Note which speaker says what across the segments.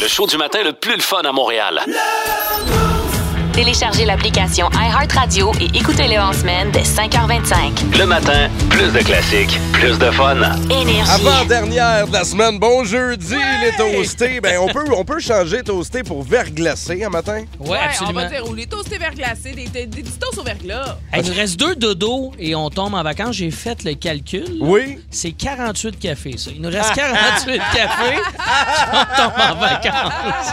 Speaker 1: Le show du matin le plus le fun à Montréal.
Speaker 2: Téléchargez l'application iHeartRadio et écoutez-le en semaine dès 5h25.
Speaker 1: Le matin, plus de classiques, plus de fun.
Speaker 2: Énergie.
Speaker 3: Avant-dernière de la semaine, bon jeudi les toastés. Ben, on, peut, on peut changer toasté pour verglacé un matin.
Speaker 4: Ouais,
Speaker 5: Ouais, on
Speaker 4: absolument.
Speaker 5: va dire, ou les toasts et verglacés, des, des, des petits toasts au verglas.
Speaker 4: Hey, il nous reste deux dodos et on tombe en vacances. J'ai fait le calcul.
Speaker 3: Oui.
Speaker 4: C'est 48 cafés, ça. Il nous reste 48 cafés. On tombe en vacances.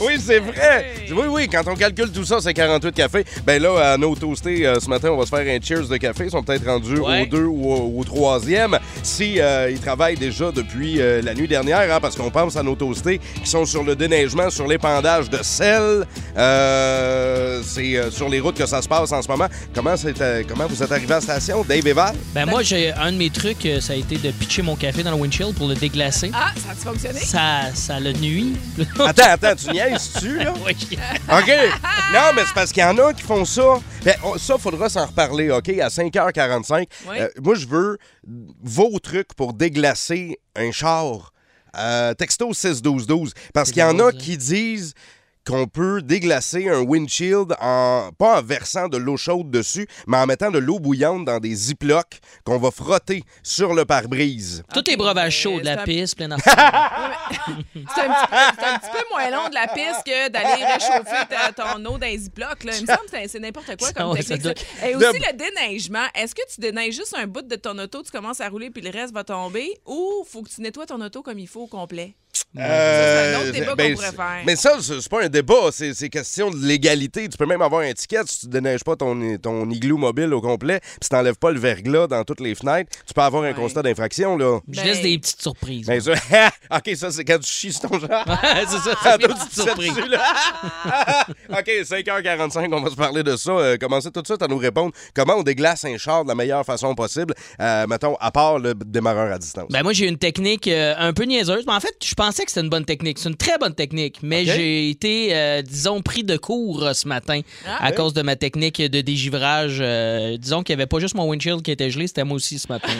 Speaker 3: Oui, c'est vrai. Oui, oui, quand on calcule tout ça, c'est 48 cafés. Ben là, à nos toastés, euh, ce matin, on va se faire un cheers de café. Ils sont peut-être rendus
Speaker 4: Ouais.
Speaker 3: au deux ou au, au troisième. Si euh, ils travaillent déjà depuis euh, la nuit dernière, hein, parce qu'on pense à nos toastés qui sont sur le déneigement, sur l'épandage de sel. Euh, c'est euh, sur les routes que ça se passe en ce moment. Comment, c'est, euh, comment vous êtes arrivé à la station, Dave et Val?
Speaker 4: Ben moi, j'ai un de mes trucs, euh, ça a été de pitcher mon café dans le windshield pour le déglacer.
Speaker 5: Ah, ça a-tu fonctionné?
Speaker 4: Ça, ça le nuit.
Speaker 3: Attends, attends, tu niaises-tu, là?
Speaker 4: Ouais.
Speaker 3: OK. Non, mais c'est parce qu'il y en a qui font ça. Ben, on- ça, faudra s'en reparler, OK, à 5h45.
Speaker 5: Oui.
Speaker 3: Euh, moi, je veux vos trucs pour déglacer un char. Euh, texto 6-12-12. Parce qu'il y en a qui disent qu'on peut déglacer un windshield en pas en versant de l'eau chaude dessus, mais en mettant de l'eau bouillante dans des ziplocs qu'on va frotter sur le pare-brise.
Speaker 4: Tous les breuvages chauds de
Speaker 5: c'est
Speaker 4: la
Speaker 5: un-
Speaker 4: piste, plein d'affaires.
Speaker 5: C'est un, petit peu- c'est un petit peu moins long de la piste que d'aller réchauffer ta- ton eau dans les ziplocs. là. Il me semble que c'est- c'est n'importe quoi
Speaker 4: Ah
Speaker 5: comme
Speaker 4: ouais, ça
Speaker 5: technique. ça. Et
Speaker 3: De-
Speaker 5: aussi le déneigement. Est-ce que tu déneiges juste un bout de ton auto, tu commences à rouler puis le reste va tomber ou faut que tu nettoies ton auto comme il faut au complet?
Speaker 3: Euh,
Speaker 5: Ça, c'est un autre débat
Speaker 3: ben,
Speaker 5: qu'on pourrait
Speaker 3: c'est-
Speaker 5: faire.
Speaker 3: Mais ça, c'est c'est pas un débat, c'est c'est question de légalité. Tu peux même avoir un ticket si tu déneiges pas ton, ton igloo mobile au complet, puis si t'enlèves pas le verglas dans toutes les fenêtres, tu peux avoir un
Speaker 5: Ouais.
Speaker 3: constat d'infraction, là.
Speaker 4: Je laisse
Speaker 5: Ben-
Speaker 4: des petites surprises.
Speaker 3: Ben, ça, OK, ça, c'est quand tu chies sur ton genre.
Speaker 4: Ouais, c'est ça,
Speaker 3: Ah,
Speaker 4: c'est des
Speaker 3: toi, tu
Speaker 4: petites
Speaker 3: te sers
Speaker 4: surprises.
Speaker 3: dessus, là. OK, 5h45, on va se parler de ça. Euh, commencez tout de suite à nous répondre comment on déglace un char de la meilleure façon possible, euh, mettons, à part le démarreur à distance.
Speaker 4: Ben moi, j'ai une technique euh, un peu niaiseuse. Mais en fait, je pensais que c'était une bonne technique. C'est une très bonne technique. Mais
Speaker 3: OK.
Speaker 4: j'ai été, euh, disons, pris de court euh, ce matin à cause de ma technique de dégivrage. Euh, disons qu'il n'y avait pas juste mon windshield qui était gelé, c'était moi aussi ce matin.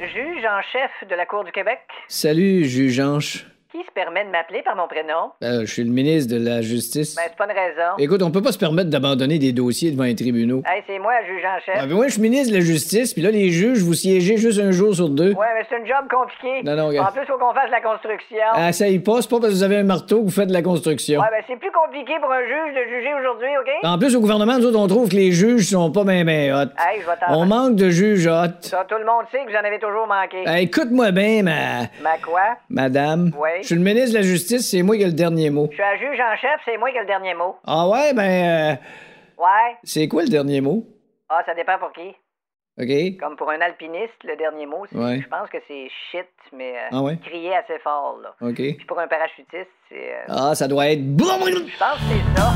Speaker 6: Juge en chef de la Cour du Québec,
Speaker 7: Salut, juge Anche.
Speaker 6: qui se permet de m'appeler par mon prénom?
Speaker 7: Ben, je suis le ministre de la Justice.
Speaker 6: Ben, c'est pas une raison.
Speaker 7: Écoute, on peut pas se permettre d'abandonner des dossiers devant les tribunaux.
Speaker 6: Hey, c'est moi, juge en
Speaker 7: Ah,
Speaker 6: chef.
Speaker 7: ben, moi, je suis ministre de la Justice, puis là, les juges, vous siégez juste un jour sur deux.
Speaker 6: Ouais, mais c'est une job compliquée.
Speaker 7: Non, non, regarde.
Speaker 6: En plus, faut qu'on fasse la construction.
Speaker 7: Ah, ça y passe pas parce que vous avez un marteau que vous faites de la construction.
Speaker 6: Ouais, ben, c'est plus compliqué pour un juge de juger aujourd'hui, OK?
Speaker 7: En plus, au gouvernement, nous autres, on trouve que les juges sont pas ben, ben hot.
Speaker 6: Hey, je vais t'en-
Speaker 7: On manque de juges hot.
Speaker 6: Ah, Ça, tout le monde sait que vous en avez toujours manqué.
Speaker 7: Ben, écoute-moi bien, ma...
Speaker 6: Ma quoi?
Speaker 7: madame.
Speaker 6: Ouais.
Speaker 7: Je suis le ministre de la Justice, c'est moi qui ai le dernier mot.
Speaker 6: Je suis un juge en chef, c'est moi qui ai le dernier mot.
Speaker 7: Ah ouais, ben, euh,
Speaker 6: Ouais?
Speaker 7: c'est quoi le dernier mot?
Speaker 6: Ah, ça dépend pour qui.
Speaker 7: OK?
Speaker 6: Comme pour un alpiniste, le dernier mot, c'est-
Speaker 7: Ouais.
Speaker 6: je pense que c'est shit, mais euh,
Speaker 7: Ah ouais?
Speaker 6: crier assez fort, là.
Speaker 7: OK.
Speaker 6: Puis pour un parachutiste, c'est... euh,
Speaker 7: Ah, ça doit être...
Speaker 6: Je pense que c'est ça.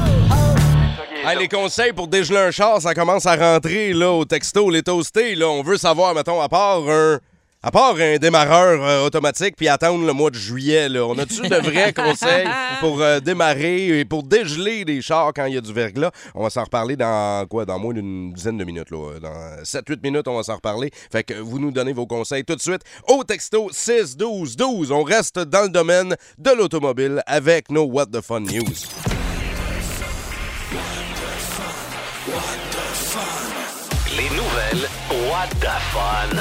Speaker 3: Hey, les conseils pour dégeler un char, ça commence à rentrer là, au texto, les toastés. Là. On veut savoir, mettons, à part un, à part un démarreur euh, automatique puis attendre le mois de juillet, là, on a-tu de vrais conseils pour euh, démarrer et pour dégeler des chars quand il y a du verglas? On va s'en reparler dans quoi? Dans moins d'une dizaine de minutes. Là. Dans 7-8 minutes, on va s'en reparler. Fait que vous nous donnez vos conseils tout de suite au texto 6-12-12. On reste dans le domaine de l'automobile avec nos What the Fun News.
Speaker 1: Les nouvelles What the Fun.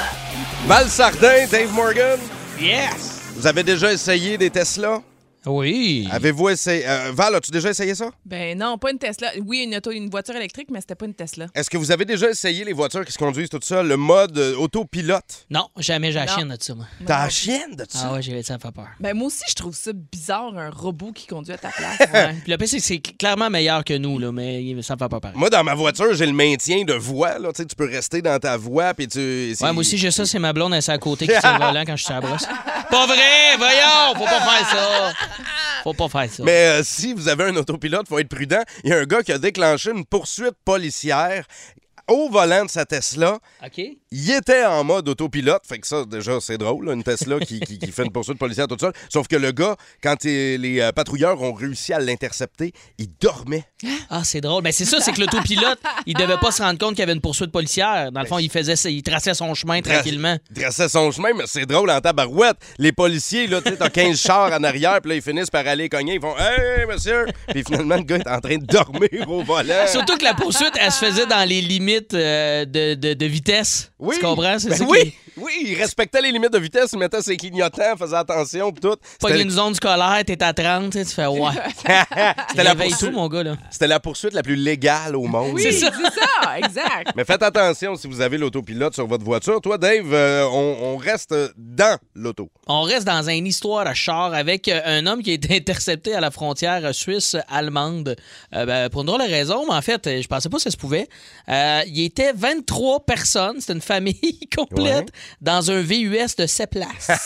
Speaker 3: Val Sardin, Dave Morgan,
Speaker 4: Yes!
Speaker 3: vous avez déjà essayé des Tesla?
Speaker 4: Oui!
Speaker 3: Avez-vous essayé. euh, Val, as-tu déjà essayé ça?
Speaker 5: Ben non, pas une Tesla. Oui, une auto, une voiture électrique, mais c'était pas une Tesla.
Speaker 3: Est-ce que vous avez déjà essayé les voitures qui se conduisent toutes seules, le mode euh, autopilote?
Speaker 4: Non, jamais j'ai la
Speaker 5: Non.
Speaker 4: chienne là-dessus, moi.
Speaker 3: T'as la chienne de ça?
Speaker 4: Ah ouais, j'ai ça me fait peur.
Speaker 5: Ben moi aussi, je trouve ça bizarre, un robot qui conduit à ta place.
Speaker 4: Ouais. Puis le pire, c'est que c'est clairement meilleur que nous, là, mais il- ça me fait pas pareil.
Speaker 3: Moi, dans ma voiture, j'ai le maintien de voix. Là. Tu sais, tu peux rester dans ta voix. Puis tu, c'est-
Speaker 4: Ouais, moi aussi, j'ai ça, c'est ma blonde, elle est à côté qui tient le volant quand je suis à la brosse. Pas vrai! Voyons! Faut pas faire ça! Faut pas faire ça.
Speaker 3: Mais euh, si vous avez un autopilote, faut être prudent. Il y a un gars qui a déclenché une poursuite policière au volant de sa Tesla.
Speaker 4: OK.
Speaker 3: Il était en mode autopilote, fait que ça, déjà, c'est drôle, là, une Tesla qui, qui- qui fait une poursuite policière toute seule. Sauf que le gars, quand il- les euh, patrouilleurs ont réussi à l'intercepter, il dormait.
Speaker 4: Ah, c'est drôle. Mais c'est ça, c'est que l'autopilote, il devait pas se rendre compte qu'il y avait une poursuite policière. Dans le fond, il faisait ça, il traçait son chemin tranquillement.
Speaker 3: Il traçait son chemin, mais c'est drôle en tabarouette. Les policiers, là, tu sais, t'as 15 chars en arrière, puis là, ils finissent par aller cogner. Ils font Hey, monsieur! Puis finalement, le gars est en train de dormir au volant.
Speaker 4: Surtout que la poursuite, elle se faisait dans les limites euh, de, de- de vitesse.
Speaker 3: Oui.
Speaker 4: Tu comprends? C'est
Speaker 3: Ben
Speaker 4: ça qui-
Speaker 3: oui, oui, il respectait les limites de vitesse, il mettait ses clignotants, faisait attention, puis tout.
Speaker 4: Pas
Speaker 3: C'était-
Speaker 4: une zone scolaire, t'es à 30, tu sais, tu fais ouais.
Speaker 3: C'était la,
Speaker 4: Réveille
Speaker 3: poursuite-
Speaker 4: tout, mon gars, là.
Speaker 3: c'était la poursuite la plus légale au monde.
Speaker 5: Oui, c'est ça. exact.
Speaker 3: Mais faites attention si vous avez l'autopilote sur votre voiture. Toi, Dave, euh, on, on reste dans l'auto.
Speaker 4: On reste dans une histoire à char avec euh, un homme qui a été intercepté à la frontière euh, suisse-allemande. Euh, ben, pour une drôle de raison, mais en fait, euh, je pensais pas que ça se pouvait. Euh, il était 23 personnes, c'était une famille complète, dans un VUS de 7 places.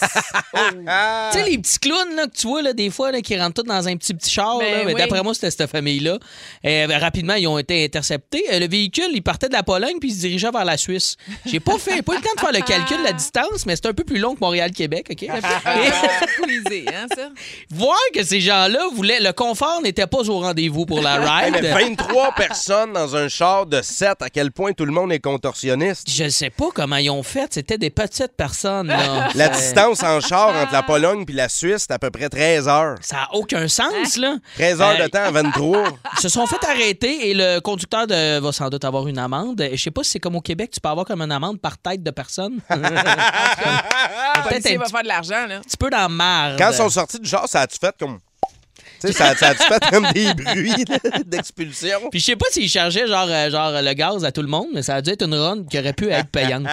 Speaker 3: Ah!
Speaker 4: Tu sais, les petits clowns là, que tu vois là, des fois là, qui rentrent tous dans un petit petit char.
Speaker 5: Ben
Speaker 4: là, mais
Speaker 5: oui.
Speaker 4: D'après moi, c'était cette famille-là. Et, ben, rapidement, ils ont été interceptés. Euh, le véhicule, il partait de la Pologne puis il se dirigeait vers la Suisse. J'ai pas fait pas eu le temps de faire le calcul de la distance, mais c'est un peu plus long que Montréal-Québec. OK? Et
Speaker 5: Colisée, hein, ça?
Speaker 4: voir que ces gens-là voulaient. Le confort n'était pas au rendez-vous pour la ride.
Speaker 3: Mais 23 personnes dans un char de 7, à quel point tout le monde est contorsionniste.
Speaker 4: Je sais pas comment ils ont fait. C'était des petites personnes. Là.
Speaker 3: La
Speaker 4: Ça-
Speaker 3: distance en char entre
Speaker 4: Ah.
Speaker 3: la Pologne puis la Suisse, c'est à peu près 13 heures.
Speaker 4: Ça n'a aucun sens, là.
Speaker 3: 13 heures
Speaker 4: Euh,
Speaker 3: de temps à 23.
Speaker 4: Ils se sont fait arrêter et le conducteur de- va sans doute avoir une amende. Je sais pas si c'est comme au Québec, tu peux avoir comme une amende par tête de personne.
Speaker 5: Le policier
Speaker 4: un
Speaker 5: va
Speaker 4: petit-
Speaker 5: faire de l'argent, là.
Speaker 4: petit peu dans la marde.
Speaker 3: Quand ils sont sortis du char, ça a-tu fait comme... Tu sais, ça, ça a-tu fait comme des bruits là, d'expulsion?
Speaker 4: Puis je sais pas s'ils chargeaient genre, euh, genre le gaz à tout le monde, mais ça a dû être une run qui aurait pu être payante.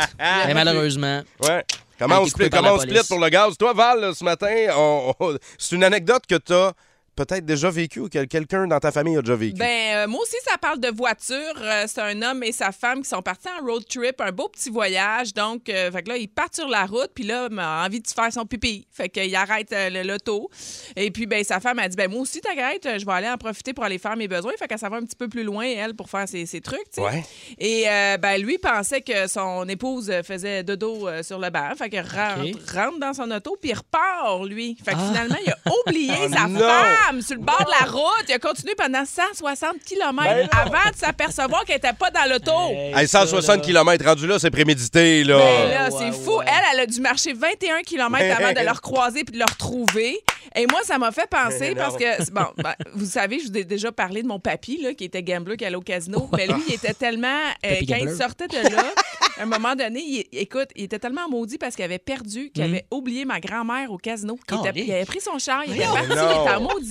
Speaker 4: mais malheureusement.
Speaker 3: Ouais. Comment on,
Speaker 4: Été Ah, coupé
Speaker 3: split,
Speaker 4: par
Speaker 3: comment
Speaker 4: la
Speaker 3: on split
Speaker 4: police.
Speaker 3: pour le gaz? Toi, Val, là, ce matin, on- on- c'est une anecdote que tu as peut-être déjà vécue ou que quelqu'un dans ta famille a déjà vécu.
Speaker 5: Ben, euh, moi aussi, ça parle de voiture. Euh, c'est un homme et sa femme qui sont partis en road trip, un beau petit voyage. Donc, euh, fait que là, ils partent sur la route, puis là, l'homme a envie de faire son pipi. Fait qu'il arrête euh, le l'auto. Et puis, ben, sa femme a dit, ben, moi aussi, t'arrêtes, euh, je vais aller en profiter pour aller faire mes besoins. Fait qu'elle s'en va un petit peu plus loin, elle, pour faire ses, ses trucs, tu sais.
Speaker 3: Ouais.
Speaker 5: Et, euh, ben, lui pensait que son épouse euh, faisait dodo euh, sur le bar. Fait qu'il rentre, rentre dans son auto, puis il repart, lui. Fait que finalement, il a oublié
Speaker 3: Ah. Oh
Speaker 5: sa
Speaker 3: non!
Speaker 5: femme femme sur le bord de la route. Il a continué pendant 160 km
Speaker 3: Ben
Speaker 5: avant de s'apercevoir qu'elle n'était pas dans l'auto.
Speaker 3: Hey, 160 km rendu là, c'est prémédité, là.
Speaker 5: Ben là,
Speaker 4: Ouais,
Speaker 5: c'est
Speaker 4: ouais,
Speaker 5: fou.
Speaker 4: ouais.
Speaker 5: Elle, elle a dû marcher 21 km avant de le recroiser puis de le retrouver. Et moi, ça m'a fait penser parce que, bon, ben, vous savez, je vous ai déjà parlé de mon papy, là, qui était gambler, qui allait au casino. Mais lui, il était tellement. euh,
Speaker 4: Papy
Speaker 5: quand il
Speaker 4: gambler.
Speaker 5: sortait de là, à un moment donné, il- écoute, il était tellement maudit parce qu'il avait perdu, qu'il avait oublié ma grand-mère au casino. Il, était-
Speaker 4: Hmm. Calique.
Speaker 5: il avait pris son char, il était parti, il
Speaker 3: non.
Speaker 5: était en maudit.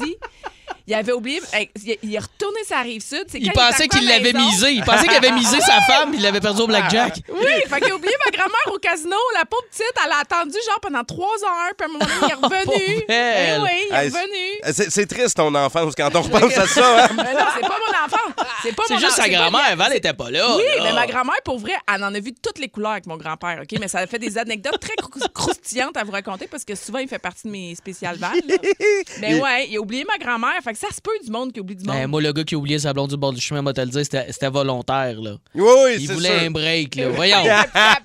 Speaker 5: Il avait oublié. hey, Il il est retourné sa rive sud.
Speaker 4: Il pensait qu'il l'avait misé. Il pensait qu'il avait misé sa femme puis il l'avait perdu au blackjack.
Speaker 5: oui, fait qu'il a oublié ma grand-mère au casino. La pauvre petite, elle a attendu genre pendant trois heures. Puis à un moment
Speaker 4: Ah,
Speaker 5: donné, il est revenu.
Speaker 4: Pauvre elle.
Speaker 5: Eh oui, il est
Speaker 3: Hey,
Speaker 5: revenu.
Speaker 3: Euh, c'est c'est triste ton enfance quand on repense à ça. hein?
Speaker 5: Mais non, c'est pas mon enfant. C'est pas
Speaker 4: C'est
Speaker 5: mon
Speaker 4: juste
Speaker 5: enfant.
Speaker 4: sa
Speaker 5: C'est pas-
Speaker 4: grand-mère. Val n'était pas là.
Speaker 5: Oui,
Speaker 4: là.
Speaker 5: mais ma grand-mère, pour vrai, elle en a vu toutes les couleurs avec mon grand-père, OK? Mais ça a fait des anecdotes très crou- croustillantes à vous raconter parce que souvent, il fait partie de mes spéciales balles. Mais ouais, il a oublié ma grand-mère. Fait que ça se peut du monde qui oublie du monde.
Speaker 4: Ben, moi, le gars qui a oublié sa blonde du bord du chemin, moi, te le dire, c'était c'était volontaire. Là.
Speaker 3: Oui, oui,
Speaker 4: Il
Speaker 3: c'est
Speaker 4: voulait
Speaker 3: sûr.
Speaker 4: un break. Là. Voyons.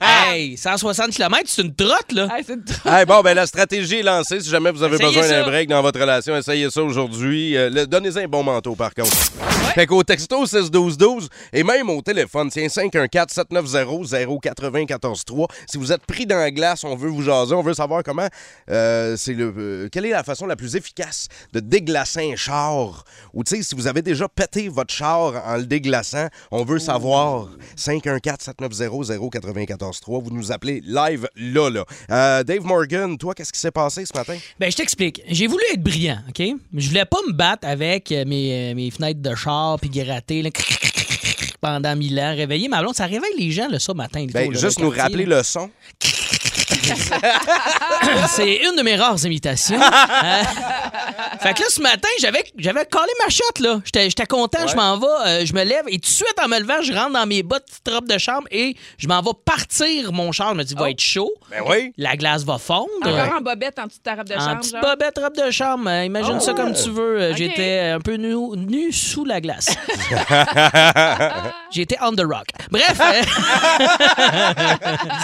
Speaker 4: hey, 160 km, c'est une trotte, là.
Speaker 5: Ah, c'est une drôle.
Speaker 3: Hey, bon, ben la stratégie est lancée. Si jamais vous avez
Speaker 4: Essayez
Speaker 3: besoin d'un
Speaker 4: ça.
Speaker 3: break dans votre relation, essayez ça aujourd'hui. Euh, le- Donnez-en un bon manteau, par contre. Fait qu'au texto 61212 et même au téléphone, tiens, 514-790-0994-3. Si vous êtes pris dans la glace, on veut vous jaser, on veut savoir comment euh, c'est le... euh, quelle est la façon la plus efficace de déglacer un char? Ou tu sais, si vous avez déjà pété votre char en le déglaçant, on veut savoir. 514-790-0994-3. Vous nous appelez live là, là. Euh, Dave Morgan, toi, qu'est-ce qui s'est passé ce matin?
Speaker 4: Ben, je t'explique. J'ai voulu être brillant, OK? Je voulais pas me battre avec euh, mes, euh, mes fenêtres de char puis gratter là, pendant mille ans, réveiller ma blonde. Ça réveille les gens, le ça, matin. les
Speaker 3: Ben,
Speaker 4: taux, là,
Speaker 3: juste
Speaker 4: le
Speaker 3: nous
Speaker 4: quartier,
Speaker 3: rappeler
Speaker 4: là.
Speaker 3: le son.
Speaker 4: C'est une de mes rares imitations. Euh, fait que là, ce matin, j'avais, j'avais collé ma shot, là. J'étais, j'étais content, je m'en vais, euh, je me lève et tout de suite, en me levant, je rentre dans mes bottes, petite robe de chambre et je m'en vais partir mon char. Je me dis,
Speaker 5: Oh.
Speaker 4: va être chaud.
Speaker 3: Ben oui.
Speaker 4: La glace va fondre.
Speaker 5: Encore en bobette en dessous de ta robe de
Speaker 4: En
Speaker 5: Ah, chambre.
Speaker 4: petite
Speaker 5: genre. Oh.
Speaker 4: bobette, robe de chambre. euh, Imagine ça comme tu veux. Euh,
Speaker 5: Ok.
Speaker 4: J'étais un peu nu, nu sous la glace. J'étais on the rock. Bref, euh,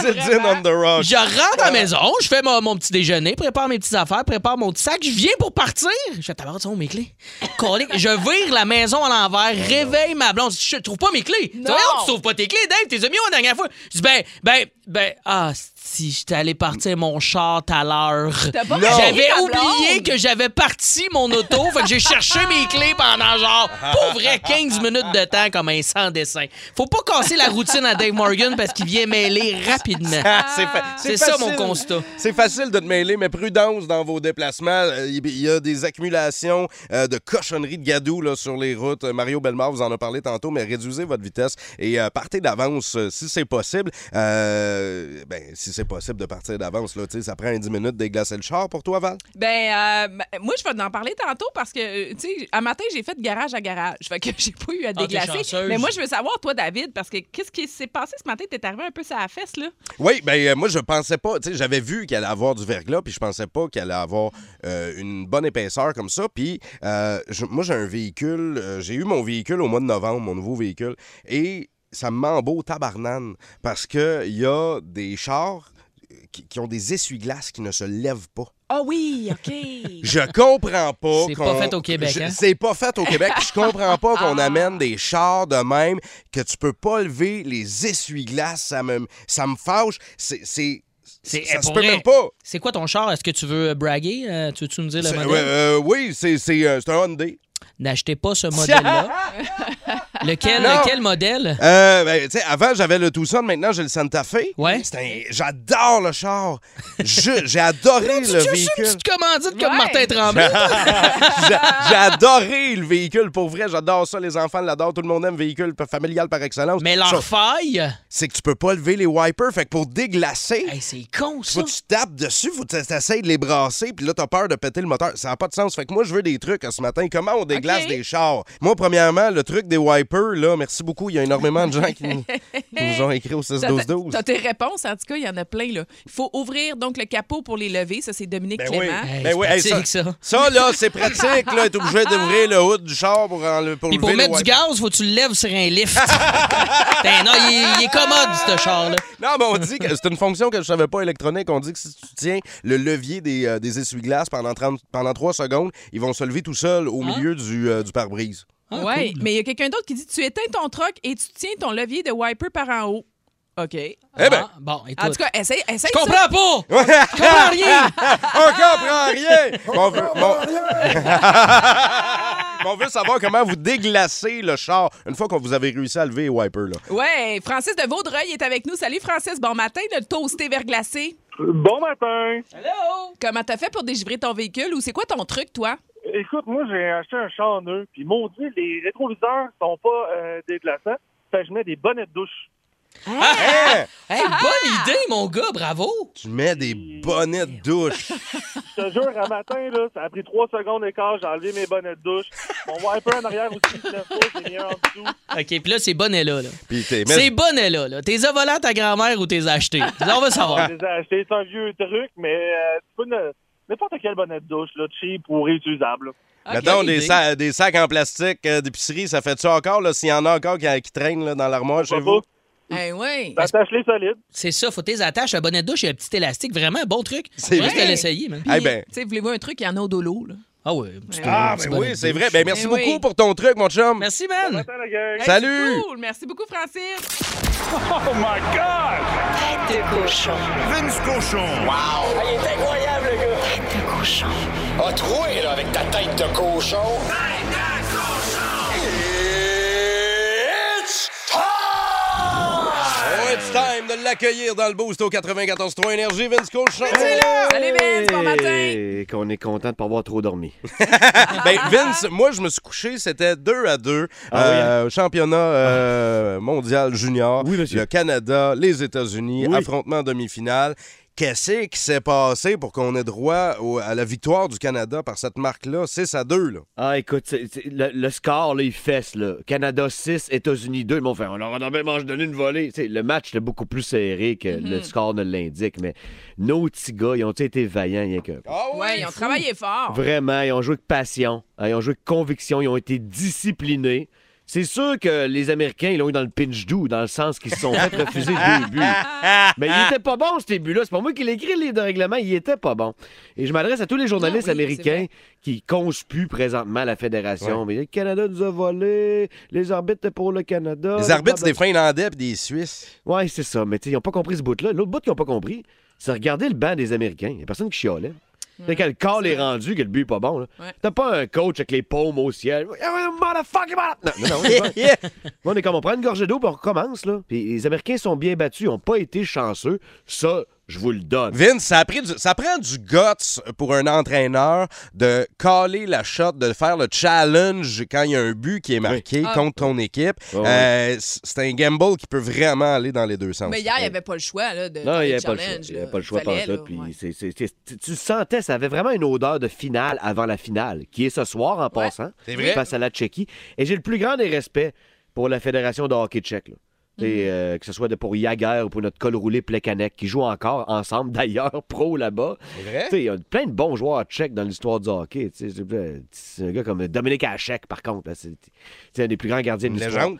Speaker 3: Zildjian on the rock.
Speaker 4: je rentre
Speaker 5: Euh.
Speaker 4: à la maison, je fais mon, mon petit déjeuner, prépare mes petites affaires, prépare mon petit sac, je viens pour partir. Je fais tabarnak, sont où mes clés. Colique. je vire la maison à l'envers, réveille ma blonde. Je dis, Je trouve pas mes clés. Tu vois, tu trouves pas tes clés, Dave, t'es mis où la dernière fois? Je dis, ben, ben, ben, ah, si j'étais allé partir mon char tout à l'heure.
Speaker 5: T'as pas
Speaker 3: Non.
Speaker 5: réveillé
Speaker 4: J'avais
Speaker 5: ta
Speaker 4: oublié
Speaker 5: blonde.
Speaker 4: que j'avais parti mon auto, fait que j'ai cherché mes clés pendant genre, pour vrai, 15 minutes de temps comme un sans dessin. Faut pas casser la routine à Dave Morgan parce qu'il vient mêler rapidement.
Speaker 3: C'est fa-
Speaker 4: C'est
Speaker 3: c'est
Speaker 4: ça,
Speaker 3: facile.
Speaker 4: mon constat.
Speaker 3: C'est facile de te mêler, mais prudence dans vos déplacements. Euh, Il il y a des accumulations euh, de cochonneries de gadou là, sur les routes. Euh, Mario Bellemare vous en a parlé tantôt, mais réduisez votre vitesse et euh, partez d'avance euh, si c'est possible. Euh, ben, si c'est possible de partir d'avance, là, tu sais, ça prend un 10 minutes de déglacer le char pour toi, Val.
Speaker 5: Ben, euh, ben, moi, je vais en parler tantôt parce que, euh, tu sais, à matin, j'ai fait de garage à garage. Fait que j'ai pas eu à
Speaker 4: Ah, t'es
Speaker 5: déglacer.
Speaker 4: chanceuse.
Speaker 5: Mais moi, je veux savoir, toi, David, parce que qu'est-ce qui s'est passé ce matin? T'es arrivé un peu sur la fesse, là.
Speaker 3: Oui, ben euh, moi je pensais pas, tu sais, j'avais vu qu'elle allait avoir du verglas, puis je pensais pas qu'elle allait avoir euh, une bonne épaisseur comme ça. Puis euh, je- moi j'ai un véhicule, euh, j'ai eu mon véhicule au mois de novembre, mon nouveau véhicule, et ça me ment beau tabarnane parce que il y a des chars qui, qui ont des essuie-glaces qui ne se lèvent pas.
Speaker 5: Ah oui, OK.
Speaker 3: Je comprends pas.
Speaker 4: C'est
Speaker 3: qu'on-
Speaker 4: pas fait au Québec,
Speaker 3: je-
Speaker 4: hein?
Speaker 3: C'est pas fait au Québec. puis Je comprends pas qu'on
Speaker 4: Ah.
Speaker 3: amène des chars de même, que tu peux pas lever les essuie-glaces. Ça me, ça me fâche. C'est. c'est-
Speaker 4: C'est-
Speaker 3: ça se
Speaker 4: pour
Speaker 3: peut
Speaker 4: vrai.
Speaker 3: même pas.
Speaker 4: C'est quoi ton char? Est-ce que tu veux euh, braguer? Euh, tu veux-tu nous dire le
Speaker 3: C'est-
Speaker 4: modèle?
Speaker 3: ouais, euh, oui, c'est c'est, euh, c'est un Hyundai.
Speaker 4: N'achetez pas ce modèle-là. lequel,
Speaker 3: Non.
Speaker 4: lequel modèle?
Speaker 3: Euh, ben, tu sais, avant, j'avais le Tucson, maintenant, j'ai le Santa Fe.
Speaker 4: Ouais.
Speaker 3: C'est un- J'adore le char. Je- J'ai adoré
Speaker 4: Tu
Speaker 3: le
Speaker 4: as une
Speaker 3: véhicule.
Speaker 4: petite commandite comme
Speaker 5: Ouais.
Speaker 4: Martin Tremblay.
Speaker 3: J'ai j'ai adoré le véhicule. Pour vrai, j'adore ça. Les enfants l'adorent. Tout le monde aime véhicule familial par excellence.
Speaker 4: Mais leur
Speaker 3: Sauf-
Speaker 4: faille,
Speaker 3: c'est que tu peux pas lever les wipers. Fait que pour déglacer,
Speaker 4: hey, c'est con, ça.
Speaker 3: faut que tu tapes dessus, faut que tu essaies de les brasser, puis là, t'as peur de péter le moteur. Ça n'a pas de sens. Fait que moi, je veux des trucs hein, ce matin. Comment on déglace
Speaker 5: Ok.
Speaker 3: des chars? Moi, premièrement, le truc des wipers, là, merci beaucoup. Il y a énormément de gens qui nous, qui nous ont écrit au
Speaker 5: T'as
Speaker 3: 6-12-12.
Speaker 5: tes réponses, en tout cas, il y en a plein, là. Il faut ouvrir donc le capot pour les lever. Ça, c'est Dominique
Speaker 3: Ben oui.
Speaker 5: Clément.
Speaker 4: Hey,
Speaker 3: Ben
Speaker 4: c'est
Speaker 3: oui, hey,
Speaker 4: pratique, ça.
Speaker 3: Ça, là, c'est pratique, là, être obligé d'ouvrir le haut du char pour, enle- pour
Speaker 4: Puis
Speaker 3: lever
Speaker 4: pour
Speaker 3: le
Speaker 4: mettre du
Speaker 3: wiper.
Speaker 4: gaz, faut que tu le lèves sur un lift. Putain, non, il, est- il est commode, ce char-là.
Speaker 3: Non, mais on dit que c'est une fonction que je savais pas électronique. On dit que si tu tiens le levier des, euh, des essuie-glaces pendant, 30 pendant 3 secondes, ils vont se lever tout seuls
Speaker 5: Ah.
Speaker 3: au milieu du, euh, du pare-brise.
Speaker 4: Ah,
Speaker 5: ouais,
Speaker 4: cool.
Speaker 5: mais il y a quelqu'un d'autre qui dit Tu éteins ton troc et tu tiens ton levier de wiper par en haut. OK.
Speaker 3: Eh ben.
Speaker 4: Ah, bon, et
Speaker 5: En
Speaker 4: toi?
Speaker 5: tout cas, essaye, essaye
Speaker 4: Je
Speaker 5: ça.
Speaker 4: comprends pas!
Speaker 3: on
Speaker 4: comprends rien!
Speaker 3: comprend rien! On veut, mon- On veut savoir comment vous déglacez le char une fois qu'on vous avez réussi à lever les wipers. Là.
Speaker 5: Ouais, Francis de Vaudreuil est avec nous. Salut, Francis. Bon matin, le toasté verglacé.
Speaker 8: Bon matin!
Speaker 5: Comment t'as fait pour dégivrer ton véhicule ou c'est quoi ton truc, toi?
Speaker 8: Écoute, moi, j'ai acheté un char neuf, puis maudit, les rétroviseurs sont pas euh, déplaçants. Fait que je mets des bonnettes douche.
Speaker 3: Hein?
Speaker 4: Hey, bonne idée, mon gars, bravo!
Speaker 3: Tu mets des bonnets de douche.
Speaker 8: Je te jure, un matin, là, ça a pris trois secondes et quart, j'ai enlevé mes bonnettes douche. Mon wiper en arrière aussi, je l'ai pas, j'ai mis un en dessous.
Speaker 4: OK, puis là, c'est bonnet là. là.
Speaker 3: Puis t'es- mais-
Speaker 4: Ces bonnets-là, là. T'es volé à ta grand-mère ou t'es acheté? On va savoir.
Speaker 8: Je les ai achetés, c'est un vieux truc, mais euh, tu peux ne- n'importe quelle bonnette douche, là, cheap ou réutilisable. là.
Speaker 3: Mettons,
Speaker 4: bonne
Speaker 3: des,
Speaker 4: idée.
Speaker 3: sa- des sacs en plastique euh, d'épicerie, ça fait ça encore? là, S'il y en a encore qui, qui traînent là, dans l'armoire chez vous?
Speaker 5: Eh oui.
Speaker 9: Ben,
Speaker 8: Attache-les solides.
Speaker 4: C'est ça, faut tes attaches, un bonnet de douche et un petit élastique. Vraiment un bon truc.
Speaker 3: C'est
Speaker 4: Juste
Speaker 3: vrai.
Speaker 4: de l'essayer, man.
Speaker 3: Eh ben,
Speaker 5: Tu sais, voulez-vous un truc? Il y en a au dolo, là.
Speaker 4: Ah ouais. un petit- un
Speaker 3: ah,
Speaker 4: petit
Speaker 3: ben
Speaker 4: bonnet
Speaker 3: oui,
Speaker 4: de
Speaker 3: c'est
Speaker 4: douche.
Speaker 3: vrai. Ben, merci
Speaker 5: Eh
Speaker 3: beaucoup
Speaker 5: oui.
Speaker 3: pour ton truc, mon chum.
Speaker 4: Merci, man.
Speaker 8: Attends, la gueule.
Speaker 5: Hey,
Speaker 3: Salut!
Speaker 5: c'est Cool. Merci beaucoup, Francis.
Speaker 10: Vince Cochon.
Speaker 11: Il est incroyable, le gars! Tête de cochon. A troué, là, avec ta tête de cochon. Tête de cochon! It's time!
Speaker 3: Oh, it's time de l'accueillir dans le boost au 94.3 Énergie. Vince Cochon.
Speaker 5: Salut, Vince. Ben, Bon matin.
Speaker 9: Et qu'on est content de pas avoir trop dormi.
Speaker 3: Ben, Vince, moi, je me suis couché, c'était 2 à 2.
Speaker 9: Ah
Speaker 3: Euh, Championnat euh, mondial junior.
Speaker 9: hein? Oui, monsieur.
Speaker 3: Le Canada, les États-Unis,
Speaker 9: Oui.
Speaker 3: affrontement demi-finale. Qu'est-ce qui s'est passé pour qu'on ait droit au- à la victoire du Canada par cette marque-là? 6 à 2, là.
Speaker 9: Ah, écoute, c'est- c'est- le, le score, là, il fesse, là. Canada 6, États-Unis 2. Ils m'ont fait, on leur a même mangé donné une volée. Tu sais, le match était beaucoup plus serré que le score ne l'indique, mais nos petits gars, ils ont été vaillants, rien que.
Speaker 5: oui, ils ont travaillé fort.
Speaker 9: Vraiment, ils ont joué avec passion, hein, ils ont joué avec conviction, ils ont été disciplinés. C'est sûr que les Américains, ils l'ont eu dans le pinch doux, dans le sens qu'ils se sont fait refuser deux buts. Mais ils étaient pas bons, ces buts-là. C'est pas moi qui l'ai écrit, les deux règlements. Ils étaient pas bons. Et je m'adresse à tous les journalistes américains qui conspuent présentement la fédération. Mais le Canada nous a volé, les arbitres pour le Canada.
Speaker 3: Les arbitres, c'est des
Speaker 9: blablabla.
Speaker 3: Finlandais puis des Suisses.
Speaker 9: Ouais, c'est ça. Mais tu sais, ils n'ont pas compris ce bout-là. L'autre bout qu'ils n'ont pas compris, c'est regarder le banc des Américains. Il n'y a personne qui chialait. C'est quand le call est rendu que le but n'est pas bon. là. T'as pas un coach avec les paumes au ciel. Ah, motherfucker, mother- Non, non, non, on est pas- Moi, on est comme on prend une gorgée d'eau puis on recommence. Là. Puis les Américains sont bien battus. Ils n'ont pas été chanceux. Ça, je vous le donne.
Speaker 3: Vince, ça, a pris du- ça prend du guts pour un entraîneur de caler la shot, de faire le challenge quand il y a un but qui est marqué
Speaker 5: Ah.
Speaker 3: contre ton équipe.
Speaker 5: oui.
Speaker 3: Euh, c- c'est un gamble qui peut vraiment aller dans les deux sens.
Speaker 5: Mais hier, il n'y avait pas le choix là, de
Speaker 9: Non, il n'y
Speaker 5: n'y
Speaker 9: avait pas le choix. Il n'y avait pas le choix
Speaker 5: Fallait,
Speaker 9: pantoute,
Speaker 5: là,
Speaker 9: puis c'est- c'est- c'est- tu- Tu le sentais, ça avait vraiment une odeur de finale avant la finale, qui est ce soir en passant,
Speaker 3: c'est vrai.
Speaker 9: face à la Tchéquie. Et j'ai le plus grand des respects pour la Fédération de hockey tchèque. là.
Speaker 3: Mhm.
Speaker 9: Et, euh, que ce soit de- pour Jagger ou pour notre col roulé Plekanec, qui joue encore ensemble d'ailleurs, pro là-bas.
Speaker 3: C'est vrai?
Speaker 9: Tu sais, Il y a plein de bons joueurs tchèques dans l'histoire du hockey. tu sais. C'est- euh, C'est un gars comme Dominique Hachek, par contre. là, C'est c'est un des plus grands gardiens de
Speaker 3: Une
Speaker 9: l'histoire.
Speaker 3: légende.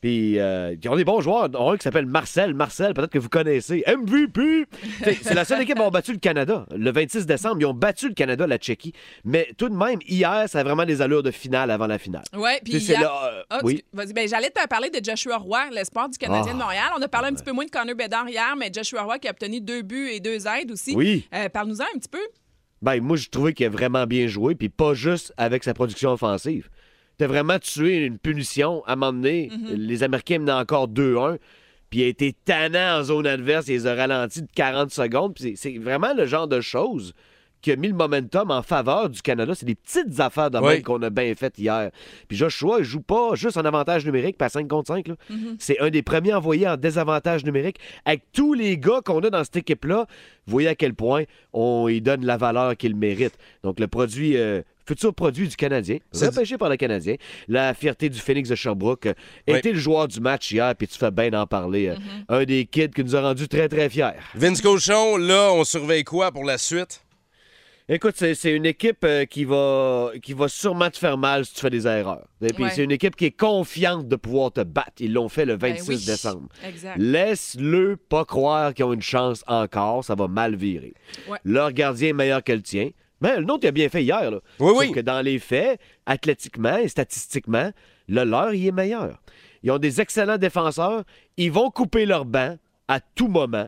Speaker 9: Puis, euh, ils ont des bons joueurs. Dont Un qui s'appelle Marcel. Marcel, peut-être que vous connaissez. MVP! T'sais, C'est la seule équipe à avoir battu le Canada. Le 26 décembre, ils ont battu le Canada, la Tchéquie. Mais tout de même, hier, ça a vraiment des allures de finale avant la finale.
Speaker 5: Oui, puis
Speaker 9: Tu sais, c'est
Speaker 5: hier-
Speaker 9: là, euh,
Speaker 5: Ah, tu-
Speaker 9: oui.
Speaker 5: vas-y, ben, j'allais te parler de Joshua Roy, l'espoir du Canadien
Speaker 9: Ah.
Speaker 5: de Montréal. On a parlé un petit peu moins de Connor Bedard hier, mais Joshua Roy qui a obtenu deux buts et deux aides aussi.
Speaker 9: Oui.
Speaker 5: Euh, Parle-nous-en un petit peu.
Speaker 9: Ben, moi, je trouvais qu'il a vraiment bien joué, puis pas juste avec sa production offensive. T'as vraiment tué une punition à un moment donné. Les Américains menaient encore 2-1, puis il a été tannant en zone adverse, il les a ralentis de 40 secondes. Puis c'est c'est vraiment le genre de choses qui a mis le momentum en faveur du Canada. C'est des petites affaires de même
Speaker 3: Oui.
Speaker 9: qu'on a bien faites hier. Puis Joshua, il joue pas juste en avantage numérique, pas 5 contre 5. là. C'est un des premiers envoyés en désavantage numérique. Avec tous les gars qu'on a dans cette équipe-là, vous voyez à quel point on y donne la valeur qu'il mérite. Donc, le produit, euh, futur produit du Canadien, repêché par le Canadien, la fierté du Phoenix de Sherbrooke, euh,
Speaker 3: Oui.
Speaker 9: était le joueur du match hier, puis tu fais bien d'en parler. euh,
Speaker 5: Mhm.
Speaker 9: Un des kids qui nous a rendus très, très fiers.
Speaker 3: Vince Cochon, là, on surveille quoi pour la suite?
Speaker 9: Écoute, c'est c'est une équipe euh, qui va, qui va sûrement te faire mal si tu fais des erreurs. Et puis,
Speaker 5: Ouais.
Speaker 9: c'est une équipe qui est confiante de pouvoir te battre. Ils l'ont fait le
Speaker 5: Ben
Speaker 9: 26
Speaker 5: oui.
Speaker 9: décembre.
Speaker 5: Exact.
Speaker 9: Laisse-le pas croire qu'ils ont une chance encore. Ça va mal virer.
Speaker 5: Ouais.
Speaker 9: Leur gardien est meilleur que le tien. Mais le nôtre, il a bien fait hier. Là.
Speaker 3: Oui,
Speaker 9: Sauf
Speaker 3: oui.
Speaker 9: que dans les faits, athlétiquement et statistiquement, le leur, il est meilleur. Ils ont des excellents défenseurs. Ils vont couper leur banc à tout moment.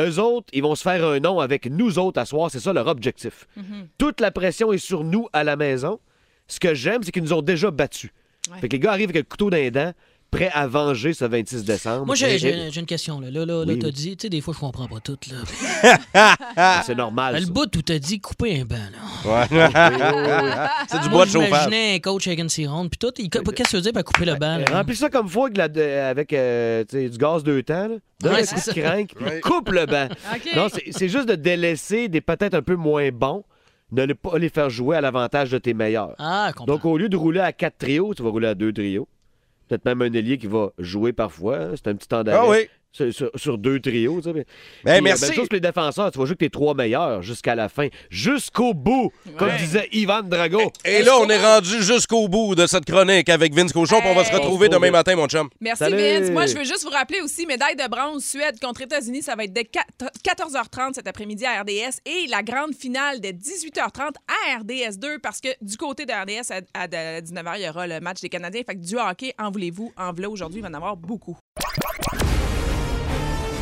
Speaker 9: Eux autres, ils vont se faire un nom avec nous autres à soir. C'est ça leur objectif.
Speaker 5: Mhm.
Speaker 9: Toute la pression est sur nous à la maison. Ce que j'aime, c'est qu'ils nous ont déjà battus.
Speaker 5: Ouais.
Speaker 9: Fait que les gars arrivent avec le couteau dans les dents, prêts à venger ce 26 décembre.
Speaker 4: Moi, j'ai-
Speaker 9: Et-
Speaker 4: j'ai j'ai une question. Là, là, là, là,
Speaker 9: Oui,
Speaker 4: t'as
Speaker 9: oui.
Speaker 4: dit, tu sais, des fois, je comprends pas tout. Là.
Speaker 9: Ah, c'est normal.
Speaker 4: le
Speaker 9: ça.
Speaker 4: bout où t'as dit couper un banc. Là.
Speaker 3: C'est du
Speaker 4: Moi,
Speaker 3: bois de chauffage.
Speaker 4: j'imaginais un coach avec une sironde, puis tout. il- Qu'est-ce que tu veux dire par couper le banc?
Speaker 9: Euh,
Speaker 4: là?
Speaker 9: Remplis ça comme foie avec, la- de- avec, euh, tu sais, du gaz deux temps. là. Donne
Speaker 4: Ouais,
Speaker 9: un
Speaker 4: c'est
Speaker 9: coup
Speaker 4: ça.
Speaker 9: de crinque, puis
Speaker 3: Ouais.
Speaker 9: coupe le banc. Non, c'est- c'est juste de délaisser des peut-être un peu moins bons, ne les- pas les faire jouer à l'avantage de tes meilleurs.
Speaker 4: Ah, comprends.
Speaker 9: Donc, au lieu de rouler à quatre trios, tu vas rouler à deux trios. Peut-être même un ailier qui va jouer parfois. hein. C'est un petit temps d'arrêt.
Speaker 3: Ah oui.
Speaker 9: Sur, sur- sur deux trios. tu sais.
Speaker 3: Ben,
Speaker 9: Puis, euh,
Speaker 3: merci.
Speaker 9: Même chose que les défenseurs. Tu vas jouer que tes trois meilleurs jusqu'à la fin. Jusqu'au bout, comme disait Ivan Drago.
Speaker 3: Et là, on est rendu jusqu'au bout de cette chronique avec Vince Cochon. puis On va se
Speaker 5: Hey.
Speaker 3: retrouver demain matin, mon chum.
Speaker 5: Merci,
Speaker 9: Salut.
Speaker 5: Vince. Moi, je veux juste vous rappeler aussi, médaille de bronze, Suède contre États-Unis, ça va être dès 4- 14h30 cet après-midi à RDS et la grande finale dès 18h30 à RDS 2 parce que du côté de RDS à, à 19h, il y aura le match des Canadiens. Fait que du hockey, en voulez-vous, en voulez aujourd'hui, il va en avoir beaucoup.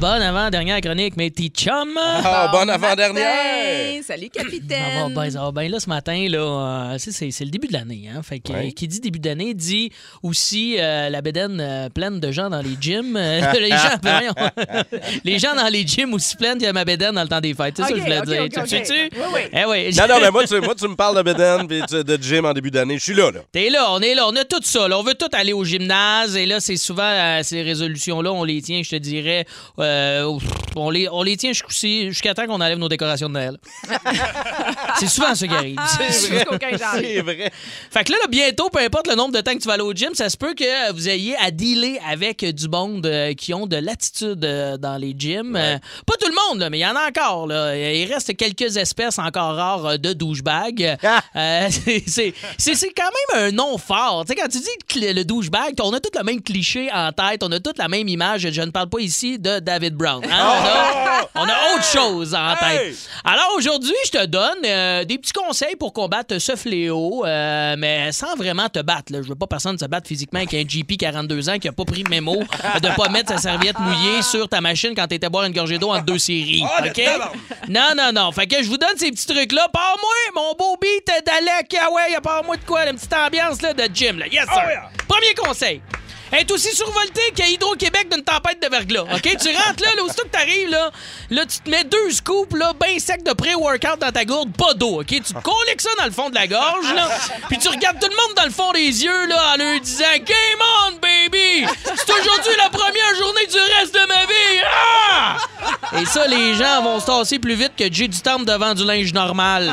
Speaker 4: Bonne avant-dernière chronique, mes petits chums. hein?
Speaker 3: Ah, bonne avant-dernière!
Speaker 5: Hey, salut,
Speaker 4: Ça va
Speaker 5: capitaine.
Speaker 4: bien, ça va bien. ben Là, ce matin, là, euh, tu sais, c'est, c'est le début de l'année. Hein? Fait que,
Speaker 5: Ouais.
Speaker 4: euh, Qui dit début d'année dit aussi euh, la bédaine euh, pleine de gens dans les gyms. Euh, les, gens, voyons. les gens dans les gyms aussi pleines qu'il y a ma bédaine dans le temps des fêtes. C'est ça que je voulais
Speaker 5: Ok,
Speaker 4: dire.
Speaker 5: ok, ok,
Speaker 4: tu
Speaker 5: ok.
Speaker 4: tu
Speaker 5: Oui, oui.
Speaker 4: Eh oui.
Speaker 3: Non, non, mais moi, tu, moi, tu me parles de Beden puis tu- de gym en début d'année. Je suis là, là.
Speaker 4: T'es là, on est là, on a tout ça. là. On veut tout aller au gymnase. Et là, c'est souvent euh, ces résolutions-là, on les tient, je te dirais. euh, on, les, on les tient jusqu'au- jusqu'à temps qu'on enlève nos décorations de Noël. c'est souvent ce qui arrive. C'est
Speaker 5: vrai.
Speaker 4: souvent-
Speaker 5: Ah, Jusqu'au 15 janvier.
Speaker 3: C'est vrai.
Speaker 4: Fait que là, là, bientôt, peu importe le nombre de temps que tu vas aller au gym, ça se peut que vous ayez à dealer avec du monde euh, qui ont de l'attitude euh, dans les gyms. Euh, pas tout le monde, là, mais il y en a encore. là. Il reste quelques espèces encore rares euh, de douchebags. Euh, c'est- c'est c'est- c'est quand même un nom fort. Tu sais, quand tu dis cl- le douchebag, on a tout le même cliché en tête, on a toute la même image. Je ne parle pas ici de David Brown. hein. On, a, on a autre chose en tête. Alors aujourd'hui, je te donne euh, des petits conseils pour combattre ce fléau, euh, mais sans vraiment te battre. là. Je veux pas personne se battre physiquement avec un GP 42 ans qui a pas pris le mémo de pas mettre sa serviette mouillée sur ta machine quand t'étais boire une gorgée d'eau en deux séries. OK? Non, non, non. Fait que je vous donne ces petits trucs-là. Pars-moi, mon beau beat d'Alec. Ah ouais, pars-moi de quoi? Une petite ambiance là, de gym. Là. Yes, sir. Premier conseil. Être aussi survolté qu'à Hydro-Québec d'une tempête de verglas. OK? Tu rentres là, là aussitôt que t'arrives, là, là, tu te mets deux scoops, là, ben sec de pré-workout dans ta gourde, pas d'eau, OK? Tu te colliques ça dans le fond de la gorge, là, puis tu regardes tout le monde dans le fond des yeux, là, en leur disant « Game on, baby! C'est aujourd'hui la première journée du reste de ma vie! Ah! » Et ça, les gens vont se tasser plus vite que Jay du Temple devant du linge normal.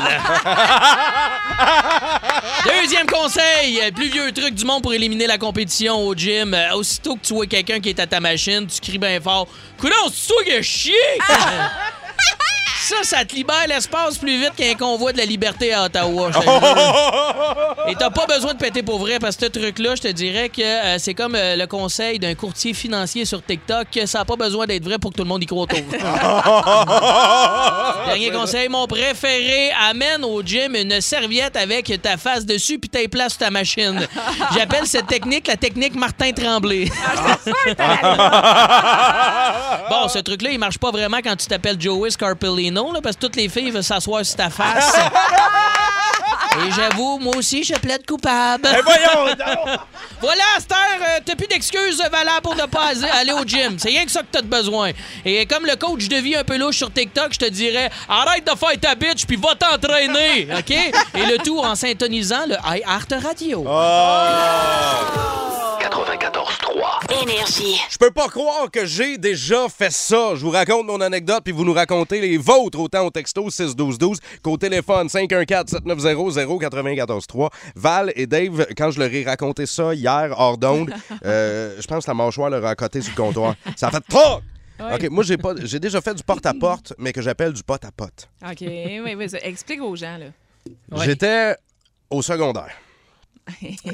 Speaker 4: Deuxième conseil, euh, plus vieux truc du monde pour éliminer la compétition au gym. Euh, Aussitôt que tu vois quelqu'un qui est à ta machine, tu cries bien fort « Coudon, c'est toi qui as chié! Ça, ça te libère l'espace plus vite qu'un convoi de la liberté à Ottawa. je te jure. Et t'as pas besoin de péter pour vrai parce que ce truc-là, je te dirais que euh, c'est comme euh, le conseil d'un courtier financier sur TikTok, que ça a pas besoin d'être vrai pour que tout le monde y croit autour. Dernier conseil, mon préféré, amène au gym une serviette avec ta face dessus puis t'as place sur ta machine. J'appelle cette technique la technique Martin Tremblay. Bon, ce truc-là, il marche pas vraiment quand tu t'appelles Joey Scarpellino, là, parce que toutes les filles veulent s'asseoir sur ta face. Et j'avoue, moi aussi, je plaide coupable.
Speaker 11: Eh, voyons
Speaker 4: voilà, à cette heure, euh, t'as plus d'excuses valables pour ne pas as- aller au gym. C'est rien que ça que t'as de besoin. Et comme le coach de vie un peu louche sur TikTok, je te dirais arrête de faire ta bitch puis va t'entraîner, OK? Et le tout en syntonisant le iHeart Radio.
Speaker 3: Ah. 94.3.
Speaker 2: Énergie.
Speaker 3: Je peux pas croire que j'ai déjà fait ça. Je vous raconte mon anecdote, puis vous nous racontez les vôtres, autant au texto 61212 qu'au téléphone 514-790-0943. Val et Dave, quand je leur ai raconté ça hier, hors d'onde, euh, je pense que la mâchoire leur a coté sur le comptoir. Ça a fait « trop. OK, moi, j'ai pas- j'ai déjà fait du porte-à-porte, mais que j'appelle du pote-à-pote.
Speaker 5: OK, oui, oui, ça- explique aux gens, là.
Speaker 3: J'étais au secondaire.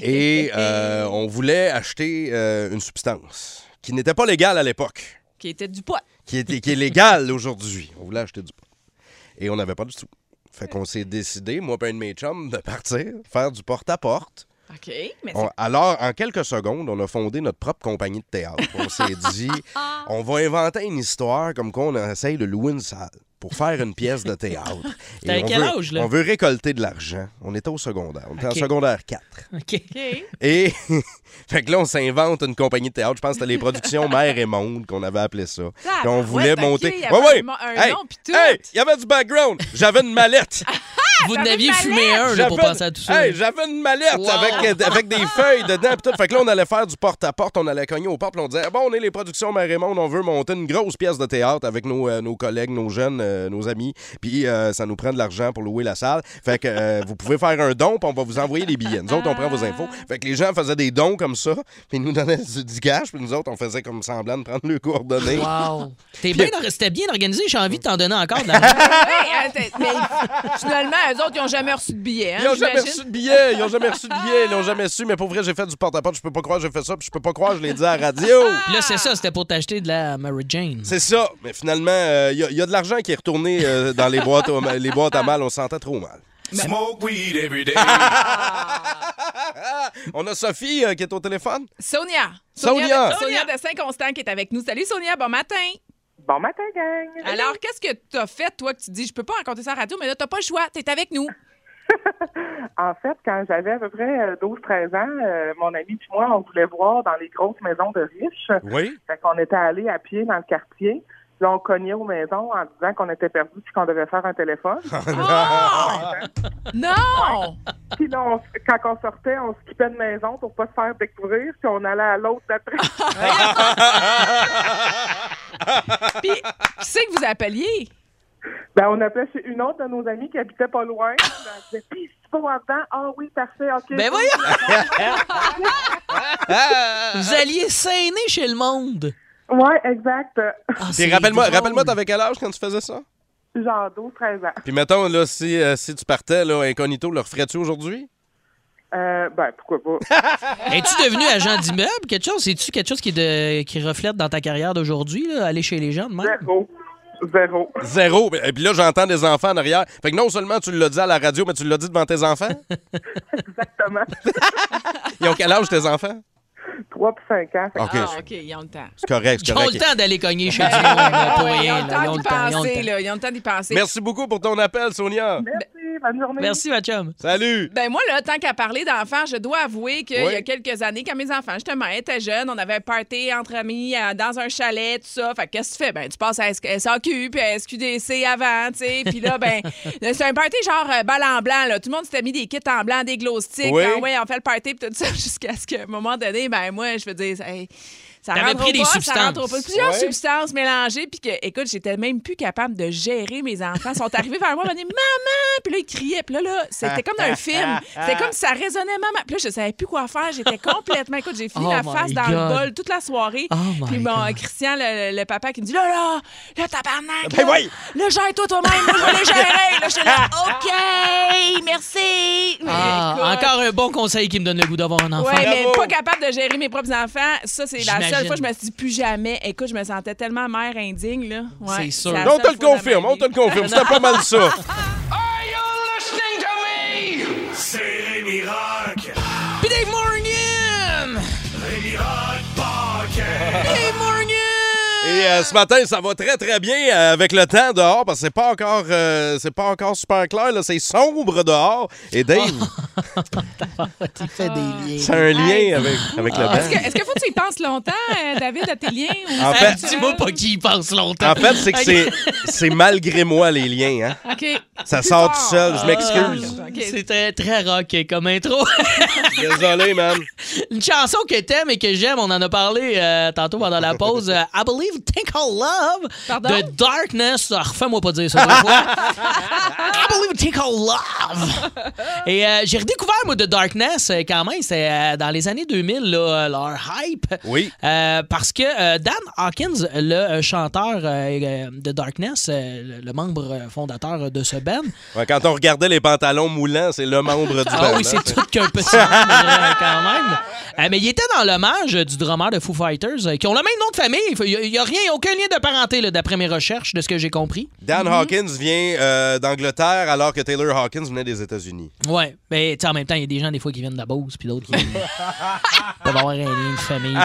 Speaker 3: Et euh, on voulait acheter euh, une substance qui n'était pas légale à l'époque,
Speaker 5: Qui était du poids.
Speaker 3: qui, était, qui est légale aujourd'hui. On voulait acheter du pot. Et on n'avait pas du tout. Fait qu'on s'est décidé, moi et un de mes chums, de partir, faire du porte-à-porte.
Speaker 5: OK, mais
Speaker 3: On- alors, en quelques secondes, on a fondé notre propre compagnie de théâtre. On s'est dit, on va inventer une histoire comme qu'on essaye de louer une salle pour faire une pièce de théâtre. Et
Speaker 4: T'avais
Speaker 3: on
Speaker 4: quel
Speaker 3: veut-
Speaker 4: âge, là?
Speaker 3: On veut récolter de l'argent. On était au secondaire. On était
Speaker 4: OK.
Speaker 3: en secondaire 4.
Speaker 4: OK.
Speaker 3: Et fait que là, on s'invente une compagnie de théâtre. Je pense que c'était les productions Mère et Monde qu'on avait appelé ça. Puis on voulait
Speaker 5: Tabarouette,
Speaker 3: monter.
Speaker 5: ok, il
Speaker 3: Ouais,
Speaker 5: y avait
Speaker 3: ouais.
Speaker 5: un mo- un
Speaker 3: Hey,
Speaker 5: nom, puis tout.
Speaker 3: hey, il y avait du background. J'avais une mallette.
Speaker 4: Vous n'aviez fumé un là,
Speaker 3: J'avais
Speaker 4: pour
Speaker 3: une-
Speaker 4: penser à tout ça.
Speaker 3: hey, j'avais une mallette
Speaker 4: Wow.
Speaker 3: avec, avec des feuilles dedans. puis tout. Fait que là, on allait faire du porte-à-porte. On allait cogner aux portes. puis on disait Bon, on est les productions Mère et Monde. On veut monter une grosse pièce de théâtre avec nos, euh, nos collègues, nos jeunes, euh, nos amis. Puis euh, ça nous prend de l'argent pour louer la salle. Fait que euh, vous pouvez faire un don. Puis on va vous envoyer les billets. Nous autres, on prend vos infos. Fait que les gens faisaient des dons comme ça. Puis ils nous donnaient du, du cash. Puis nous autres, on faisait comme semblant de prendre le coordonnées.
Speaker 4: Wow. T'es bien, or- c'était bien organisé, j'ai envie de t'en donner encore de la
Speaker 5: Hey, attends, mais finalement, eux autres, ils n'ont jamais reçu de billets. Hein,
Speaker 3: Ils n'ont jamais
Speaker 5: j'imagine.
Speaker 3: reçu de billets, ils n'ont jamais reçu de billets, ils n'ont jamais su, mais pour vrai, j'ai fait du porte-à-porte, je peux pas croire que j'ai fait ça, puis je peux pas croire que je l'ai dit à la radio.
Speaker 4: Puis là, c'est ça, c'était pour t'acheter de la Mary Jane.
Speaker 3: C'est ça, mais finalement, euh, il y, a- il y a de l'argent qui est retourné euh, dans les boîtes, aux- les boîtes à mal, on sentait trop mal.
Speaker 10: Smoke weed every day.
Speaker 3: On a Sophie euh, qui est au téléphone.
Speaker 5: Sonia.
Speaker 3: Sonia.
Speaker 5: de- Sonia de Saint-Constant qui est avec nous. Salut, Sonia. Bon matin.
Speaker 12: Bon matin, gang.
Speaker 5: Alors, qu'est-ce que t'as fait, toi, que tu dis, je peux pas raconter ça à la radio, mais là, t'as pas le choix, t'es avec nous.
Speaker 12: En fait, quand j'avais à peu près 12-13 ans, euh, mon ami et moi, on voulait voir dans les grosses maisons de riches.
Speaker 3: Oui.
Speaker 12: Fait qu'on était allés à pied dans le quartier. Là, on cognait aux maisons en disant qu'on était perdu puis qu'on devait faire un téléphone.
Speaker 5: non!
Speaker 12: Puis là, on- quand on sortait, on skippait de maison pour pas se faire découvrir, puis on allait à l'autre d'après.
Speaker 5: Puis, qui c'est que vous appeliez?
Speaker 12: Ben, on appelait chez une autre de nos amies qui habitait pas loin. Puis Elle disait, Pis, si tu vas avant, ah oui, parfait, OK.
Speaker 4: Ben voyons! Vous alliez saigner chez le monde. Ah,
Speaker 12: Ouais, exact.
Speaker 3: Puis rappelle-moi, rappelle-moi, t'avais quel âge quand tu faisais ça?
Speaker 12: Genre 12-13 ans.
Speaker 3: Puis mettons, là, si, euh, si tu partais, là, incognito, le referais-tu aujourd'hui?
Speaker 12: Euh, ben, pourquoi pas?
Speaker 4: Es-tu devenu agent d'immeuble, quelque chose? C'est-tu quelque chose qui, de, qui reflète dans ta carrière d'aujourd'hui, là, aller chez les gens de même?
Speaker 12: Zéro. Zéro.
Speaker 3: Zéro. Et puis là, j'entends des enfants en arrière. Fait que non seulement tu l'as dit à la radio, mais tu l'as dit devant tes enfants.
Speaker 12: Exactement.
Speaker 3: Ils ont quel âge, tes enfants?
Speaker 12: 3 puis 5 ans.
Speaker 3: OK,
Speaker 5: Ah,
Speaker 3: c'est-
Speaker 5: OK, ils ont le temps.
Speaker 3: c'est correct,
Speaker 4: Ils
Speaker 3: c'est
Speaker 4: ont
Speaker 3: correct.
Speaker 4: le temps d'aller cogner chez du monde là,
Speaker 5: Ah
Speaker 4: pour
Speaker 5: ouais, Ils ont
Speaker 4: rien.
Speaker 5: le
Speaker 4: là,
Speaker 5: temps d'y
Speaker 4: ils ont le
Speaker 5: penser,
Speaker 4: temps.
Speaker 5: là. Ils ont le temps d'y penser.
Speaker 3: Merci beaucoup pour ton appel, Sonia.
Speaker 12: Merci, bonne journée.
Speaker 4: Merci, ma chum.
Speaker 3: Salut.
Speaker 5: Ben moi, là, tant qu'à parler d'enfants, je dois avouer qu'il
Speaker 3: Oui.
Speaker 5: y a quelques années, quand mes enfants, justement, étaient jeunes, on avait un party entre amis euh, dans un chalet, tout ça. Fait que qu'est-ce que tu fais? Ben, tu passes à SQ SAQ, puis à SQDC avant, tu sais. Puis là, ben, c'est un party genre euh, balle en blanc, là. Tout le monde s'était mis des kits en blanc, des glow sticks.
Speaker 13: Oui.
Speaker 5: Ah ouais, on fait le party, puis tout ça, jusqu'à ce qu'à un moment donné, ben, moi, je veux dire, hey, ça
Speaker 13: T'avais
Speaker 5: rentre
Speaker 13: pris
Speaker 5: au
Speaker 13: des
Speaker 5: pas,
Speaker 13: substances.
Speaker 5: Ça rentre au pas. Plusieurs
Speaker 13: Ouais.
Speaker 5: substances mélangées. Puis que, écoute, j'étais même plus capable de gérer mes enfants. Ils sont arrivés vers moi, ils m'ont dit Maman! Puis là, ils criaient. Puis là, là c'était comme dans un film. C'était comme si ça résonnait, maman. Puis là, je savais plus quoi faire. J'étais complètement. Écoute, j'ai fini
Speaker 13: Oh
Speaker 5: la
Speaker 13: my
Speaker 5: face dans
Speaker 13: God.
Speaker 5: le bol toute la soirée.
Speaker 13: Oh my
Speaker 5: Puis bon, Christian, le, le papa, qui me dit Là, là, là, tabarnak.
Speaker 13: Ben
Speaker 5: là,
Speaker 13: oui.
Speaker 5: Là, gère-toi toi-même. Moi, je vais les gérer. Là, j'étais là OK, merci. Mais
Speaker 4: Ah,
Speaker 5: écoute,
Speaker 4: encore un bon conseil qui me donne le goût d'avoir un enfant.
Speaker 5: oui, mais pas capable de gérer mes propres enfants. Ça, c'est la
Speaker 4: J'imagine.
Speaker 5: seule fois que je me suis dit plus jamais. Écoute, je me sentais tellement mère indigne, là. Ouais,
Speaker 4: C'est sûr.
Speaker 5: la
Speaker 3: on
Speaker 5: seule
Speaker 3: te le
Speaker 5: fois de ma
Speaker 3: confirme, on
Speaker 5: vie.
Speaker 3: te le confirme. C'était pas mal ça.
Speaker 10: C'est Rémi Rock.
Speaker 4: Puis Dave Morgan!
Speaker 10: Rémi Rock Podcast.
Speaker 4: Dave Morgan!
Speaker 3: Et euh, ce matin, ça va très très bien euh, avec le temps dehors parce que c'est pas encore euh, c'est pas encore super clair là, c'est sombre dehors et Dave,
Speaker 14: Tu fais des
Speaker 5: Ah.
Speaker 14: liens.
Speaker 3: c'est un lien avec avec le
Speaker 5: Est-ce que,
Speaker 3: bain.
Speaker 5: est-ce que faut que tu y penses longtemps, euh, David, à tes liens? Ou
Speaker 3: En
Speaker 5: c'est
Speaker 3: fait-
Speaker 5: naturel?
Speaker 4: Dis-moi pas qui y pense longtemps.
Speaker 3: En fait, c'est que c'est c'est malgré moi les liens hein.
Speaker 5: OK.
Speaker 3: Ça
Speaker 5: Plus
Speaker 3: sort
Speaker 5: fort.
Speaker 3: tout seul, je m'excuse.
Speaker 4: Ah, C'était très rock comme intro.
Speaker 3: Désolé, man.
Speaker 4: Une chanson que t'aimes et que j'aime, on en a parlé euh, tantôt pendant la pause. euh, I Believe Think I'll Love de Darkness. Ah, Refais-moi pas dire ça. deux fois. I Believe Think I'll Love. Et euh, j'ai redécouvert, moi, de Darkness euh, quand même. C'est euh, dans les années 2000, là, euh, leur hype.
Speaker 3: Oui.
Speaker 4: parce que euh, Dan Hawkins, le euh, chanteur euh, euh, de Darkness, euh, le- le membre euh, fondateur de ce band,
Speaker 3: Ouais, quand on regardait les pantalons moulants, c'est le membre du
Speaker 4: ah
Speaker 3: band,
Speaker 4: oui,
Speaker 3: hein.
Speaker 4: c'est tout qu'un petit membre, euh, quand même. Euh, mais il était dans l'hommage euh, du drummer de Foo Fighters, euh, qui ont le même nom de famille. Il n'y a, rien, aucun lien de parenté, là, d'après mes recherches, de ce que j'ai compris.
Speaker 3: Dan Hawkins vient euh, d'Angleterre alors que Taylor Hawkins venait des États-Unis.
Speaker 4: Ouais, mais tu sais, en même temps, il y a des gens des fois qui viennent de la Beauce, puis d'autres qui peuvent avoir un lien de famille.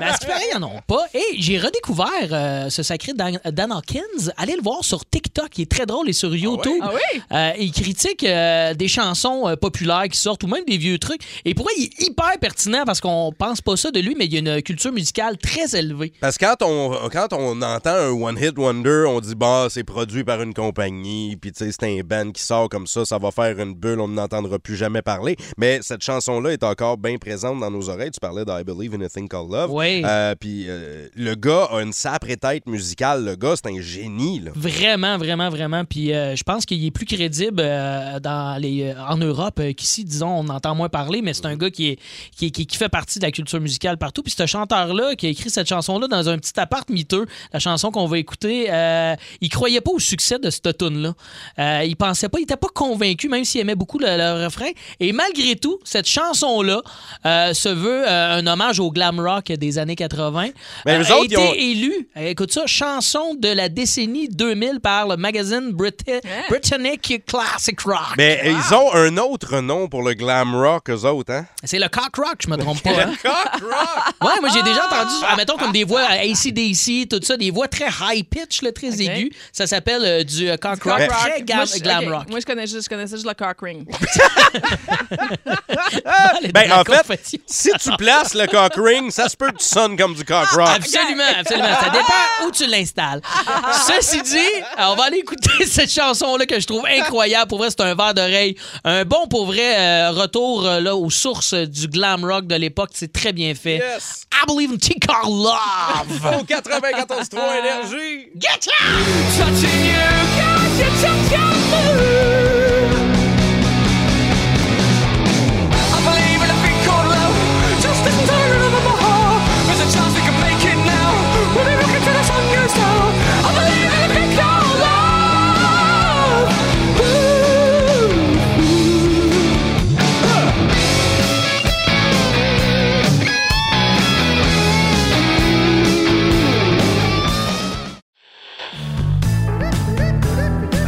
Speaker 4: Mais à ce qui paraît, ils n'en ont pas. Et j'ai redécouvert euh, ce sacré Dan, Dan Hawkins. Allez le voir sur TikTok, il est très drôle et sur YouTube.
Speaker 5: Ah oui?
Speaker 4: Euh, il critique euh, des chansons euh, populaires qui sortent ou même des vieux trucs. Et pour moi, il est hyper pertinent parce qu'on pense pas ça de lui, mais il y a une culture musicale très élevée.
Speaker 3: Parce que quand on, quand on entend un one-hit wonder, on dit bah c'est produit par une compagnie, puis tu sais, c'est un band qui sort comme ça, ça va faire une bulle, on n'entendra plus jamais parler. Mais cette chanson-là est encore bien présente dans nos oreilles. Tu parlais de I Believe in a Thing Called Love.
Speaker 4: Oui.
Speaker 3: Euh, puis euh, le gars a une sacrée tête musicale. Le gars, c'est un génie. Là.
Speaker 4: Vraiment, vraiment, vraiment. Puis euh, je pense qu'il est plus crédible euh, dans les, euh, en Europe euh, qu'ici, disons, on entend moins parler, mais c'est un gars qui, est, qui, est- qui- qui fait partie de la culture musicale partout. Puis ce chanteur-là qui a écrit cette chanson-là dans un petit appart miteux, la chanson qu'on va écouter, euh, il croyait pas au succès de cette tune-là. Euh, il pensait pas, il était pas convaincu, même s'il aimait beaucoup le, le refrain. Et malgré tout, cette chanson-là euh, se veut euh, un hommage au glam rock des années 80.
Speaker 3: Mais
Speaker 4: Euh,
Speaker 3: eux autres,
Speaker 4: a
Speaker 3: ils ont-
Speaker 4: été élu, euh, écoute ça, chanson de la décennie 2000 par le magazine Briti- Britannic Classic Rock.
Speaker 3: Mais ils ont un autre nom pour le glam rock, eux autres, hein?
Speaker 4: C'est le cock rock. rock, je me trompe pas. hein?
Speaker 3: Cock rock!
Speaker 4: Ouais, moi j'ai déjà
Speaker 5: Ah!
Speaker 4: entendu, admettons, comme des voix à ACDC, tout ça, des voix très high pitch, là, très aiguës. Ça s'appelle euh, du euh, cock rock, très glam,
Speaker 5: Moi, je-
Speaker 4: glam
Speaker 5: ok.
Speaker 4: rock.
Speaker 5: Moi, je connais juste, je connaissais juste le cock ring.
Speaker 3: Ben, en fait, si tu places le cock ring, ça se peut que tu sonnes comme du cock
Speaker 5: Ah.
Speaker 3: rock.
Speaker 4: Absolument, absolument. Ça dépend où tu l'installes. Ceci dit, euh, on va aller écouter cette chanson-là que je trouve incroyable. Pour vrai, c'est un verre d'oreille. Un bon, pour vrai, euh, retour euh, là, aux sources du glam rock de l'époque. C'est très bien fait.
Speaker 3: Yes.
Speaker 4: I believe in T-Car Love.
Speaker 3: Au 94.3 Énergie.
Speaker 4: Get
Speaker 10: Touching you, cause you touch your I believe in a thing called love, just as tired of my heart. There's a chance we can make it now. We'll be rocking till the sun goes down. I believe in a thing called love.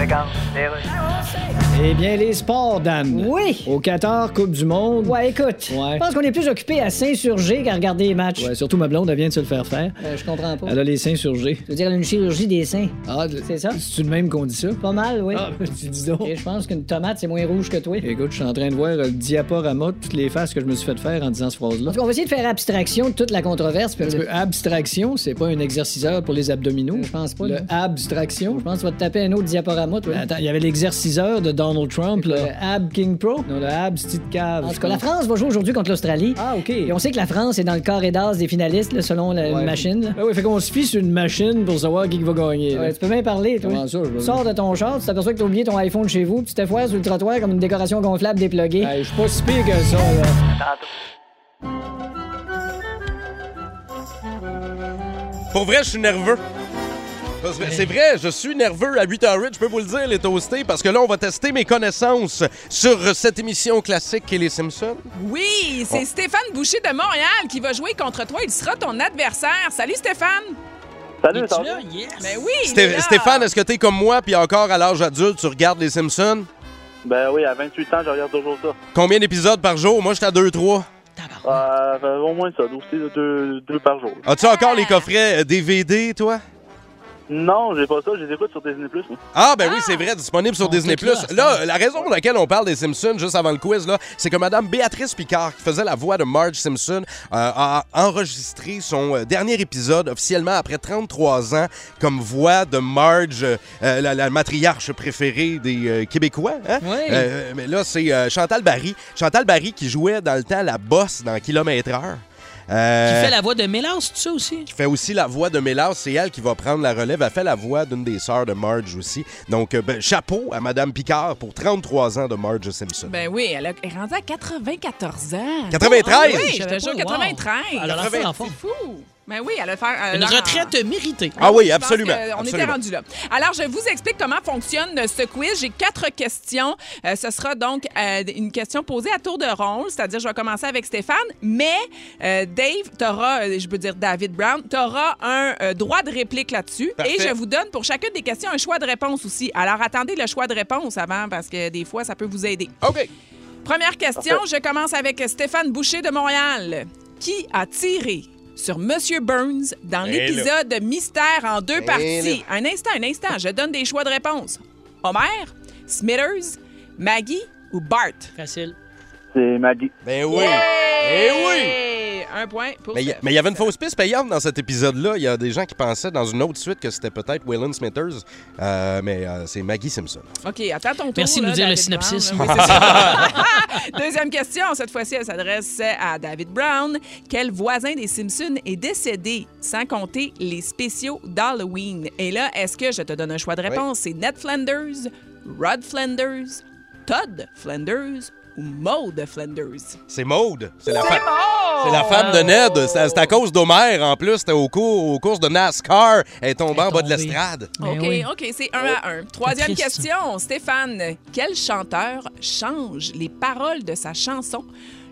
Speaker 6: Regarde, les rues.
Speaker 7: Eh bien, les sports, Dan. Oui. Au Qatar, Coupe du Monde. Ouais, écoute.
Speaker 13: Je pense qu'on est plus occupé à s'insurger qu'à regarder les matchs.
Speaker 7: Ouais, surtout ma blonde, elle vient de se le faire faire.
Speaker 13: Euh, je comprends pas.
Speaker 7: Elle a les seins surgés.
Speaker 13: Tu veux dire une chirurgie des seins? Ah, c'est ça?
Speaker 7: C'est-tu de même qu'on dit ça?
Speaker 13: Pas mal, oui.
Speaker 7: Ah, tu dis donc.
Speaker 13: Et je pense qu'une tomate, c'est moins rouge que toi.
Speaker 7: Écoute, je suis en train de voir le diaporama de toutes les faces que je me suis fait faire en disant cette phrase-là.
Speaker 13: En tout cas, on va essayer de faire abstraction de toute la controverse. puis-
Speaker 7: Parce que abstraction, c'est pas un exerciceur pour les abdominaux.
Speaker 13: Je pense pas.
Speaker 7: Le
Speaker 13: non.
Speaker 7: abstraction.
Speaker 13: Je pense que tu vas te taper un autre diaporama, toi.
Speaker 7: Attends, il y avait l'exerciceur de Donald Trump, là.
Speaker 13: Le
Speaker 7: Ab King Pro? Non, le Ab Petite Cave.
Speaker 13: En
Speaker 7: je
Speaker 13: tout cas, la
Speaker 7: pense.
Speaker 13: France va jouer aujourd'hui contre l'Australie.
Speaker 7: Ah, OK.
Speaker 13: Et on sait que la France est dans le carré d'as des finalistes, là, selon la
Speaker 7: Ouais.
Speaker 13: machine. là.
Speaker 7: Ah oui, fait qu'on se fie sur une machine pour savoir qui qui va gagner. là.
Speaker 13: Ouais, tu peux bien parler, toi.
Speaker 7: Comment ça, je veux-
Speaker 13: Tu Sors de ton char, tu t'aperçois que t'as oublié ton iPhone chez vous, puis tu te foires sur le trottoir comme une décoration gonflable déploguée.
Speaker 7: Hey, je suis pas si pire que ça, là.
Speaker 3: Pour vrai, je suis nerveux. Parce que C'est vrai, je suis nerveux à 8h08, je peux vous le dire, les toastés, parce que là, on va tester mes connaissances sur cette émission classique qu'est les Simpsons.
Speaker 5: Oui, c'est
Speaker 3: Oh.
Speaker 5: Stéphane Boucher de Montréal qui va jouer contre toi. Il sera ton adversaire. Salut Stéphane.
Speaker 8: Salut,
Speaker 5: ça
Speaker 4: Ah,
Speaker 5: Mais Ben oui, il est
Speaker 3: Sté-
Speaker 5: là.
Speaker 3: Stéphane, est-ce que t'es comme moi, puis encore à l'âge adulte, tu regardes les Simpsons?
Speaker 8: Ben oui, à 28 ans, je regarde toujours ça.
Speaker 3: Combien d'épisodes par jour? Moi, j'étais à 2-3.
Speaker 8: Euh, ben, au moins ça, donc c'est deux, deux par jour.
Speaker 3: As-tu encore les coffrets euh, DVD, toi?
Speaker 8: Non, j'ai pas ça, je les écoute sur Disney+. hein. moi.
Speaker 3: Ah, ben oui, c'est vrai, disponible sur Disney+.
Speaker 8: clique là,
Speaker 3: Là, la raison pour laquelle on parle des Simpsons juste avant le quiz, là, c'est que Madame Béatrice Picard, qui faisait la voix de Marge Simpson, euh, a enregistré son euh, dernier épisode officiellement après 33 ans comme voix de Marge, euh, la, la matriarche préférée des euh, Québécois. hein? Euh, mais là, c'est euh, Chantal Barry. Chantal Barry qui jouait dans le temps la bosse dans Kilomètre Heure.
Speaker 4: Qui
Speaker 3: Euh,
Speaker 4: fait la voix de Mélange, tout ça aussi?
Speaker 3: qui fait aussi la voix de Mélas. C'est elle qui va prendre la relève. Elle fait la voix d'une des sœurs de Marge aussi. Donc, euh, ben, chapeau à Madame Picard pour 33 ans de Marge Simpson.
Speaker 5: Ben oui, elle a- est rendue à 94 ans.
Speaker 3: 93?
Speaker 5: Ah oui, je
Speaker 3: Je
Speaker 5: te
Speaker 3: savais
Speaker 5: jure,
Speaker 3: pas,
Speaker 5: 93.
Speaker 4: wow. Elle a la fin, Ah, l'enfant.
Speaker 5: C'est fou. Ben oui, elle a fait... elle
Speaker 4: Une
Speaker 5: a-
Speaker 4: retraite méritée.
Speaker 3: Ah oui,
Speaker 5: Je pense
Speaker 3: absolument,
Speaker 5: que euh, On était
Speaker 3: absolument.
Speaker 5: rendu là. Alors, je vous explique comment fonctionne euh, ce quiz. J'ai quatre questions. Euh, ce sera donc euh, une question posée à tour de rôle, c'est-à-dire je vais commencer avec Stéphane, mais euh, Dave, t'auras, euh, je peux dire David Brown, t'auras un euh, droit de réplique là-dessus.
Speaker 15: Parfait.
Speaker 5: Et je vous donne pour chacune des questions un choix de réponse aussi. Alors, attendez le choix de réponse avant parce que des fois, ça peut vous aider.
Speaker 3: OK.
Speaker 5: Première question,
Speaker 15: Parfait.
Speaker 5: je commence avec Stéphane Boucher de Montréal. Qui a tiré sur Monsieur Burns dans
Speaker 15: Eh
Speaker 5: l'épisode Mystère en deux
Speaker 15: Eh
Speaker 5: parties? Un instant, un instant, je donne des choix de réponse. Homer, Smithers, Maggie ou Bart?
Speaker 4: Facile.
Speaker 8: C'est Maggie.
Speaker 3: Ben oui! Ben
Speaker 5: Eh
Speaker 3: oui!
Speaker 5: Un point pour
Speaker 3: Mais il y a-
Speaker 5: Steph.
Speaker 3: mais il y avait une fausse piste payante dans cet épisode-là. Il y a des gens qui pensaient dans une autre suite que c'était peut-être Waylon Smithers, Euh, mais euh, c'est Maggie Simpson.
Speaker 5: OK, attends ton tour.
Speaker 4: Merci de nous
Speaker 5: là,
Speaker 4: dire le
Speaker 5: David Brown,
Speaker 4: synopsis.
Speaker 5: là. Oui, c'est ça. Deuxième question. Cette fois-ci, elle s'adresse à David Brown. Quel voisin des Simpsons est décédé, sans compter les spéciaux d'Halloween? Et là, est-ce que je te donne un choix de réponse? C'est Ned Flanders, Rod Flanders, Todd Flanders ou Maud Flanders?
Speaker 3: C'est Maude. C'est la,
Speaker 5: C'est
Speaker 3: fa-
Speaker 5: Maude!
Speaker 3: c'est la femme de Ned. C'est c'est à cause d'Homer, en plus. C'était au cours, aux courses de NASCAR. Elle est tombée en bas de l'estrade.
Speaker 5: OK, OK, c'est un à un. Troisième
Speaker 3: triste.
Speaker 5: question, Stéphane. Quel chanteur change les paroles de sa chanson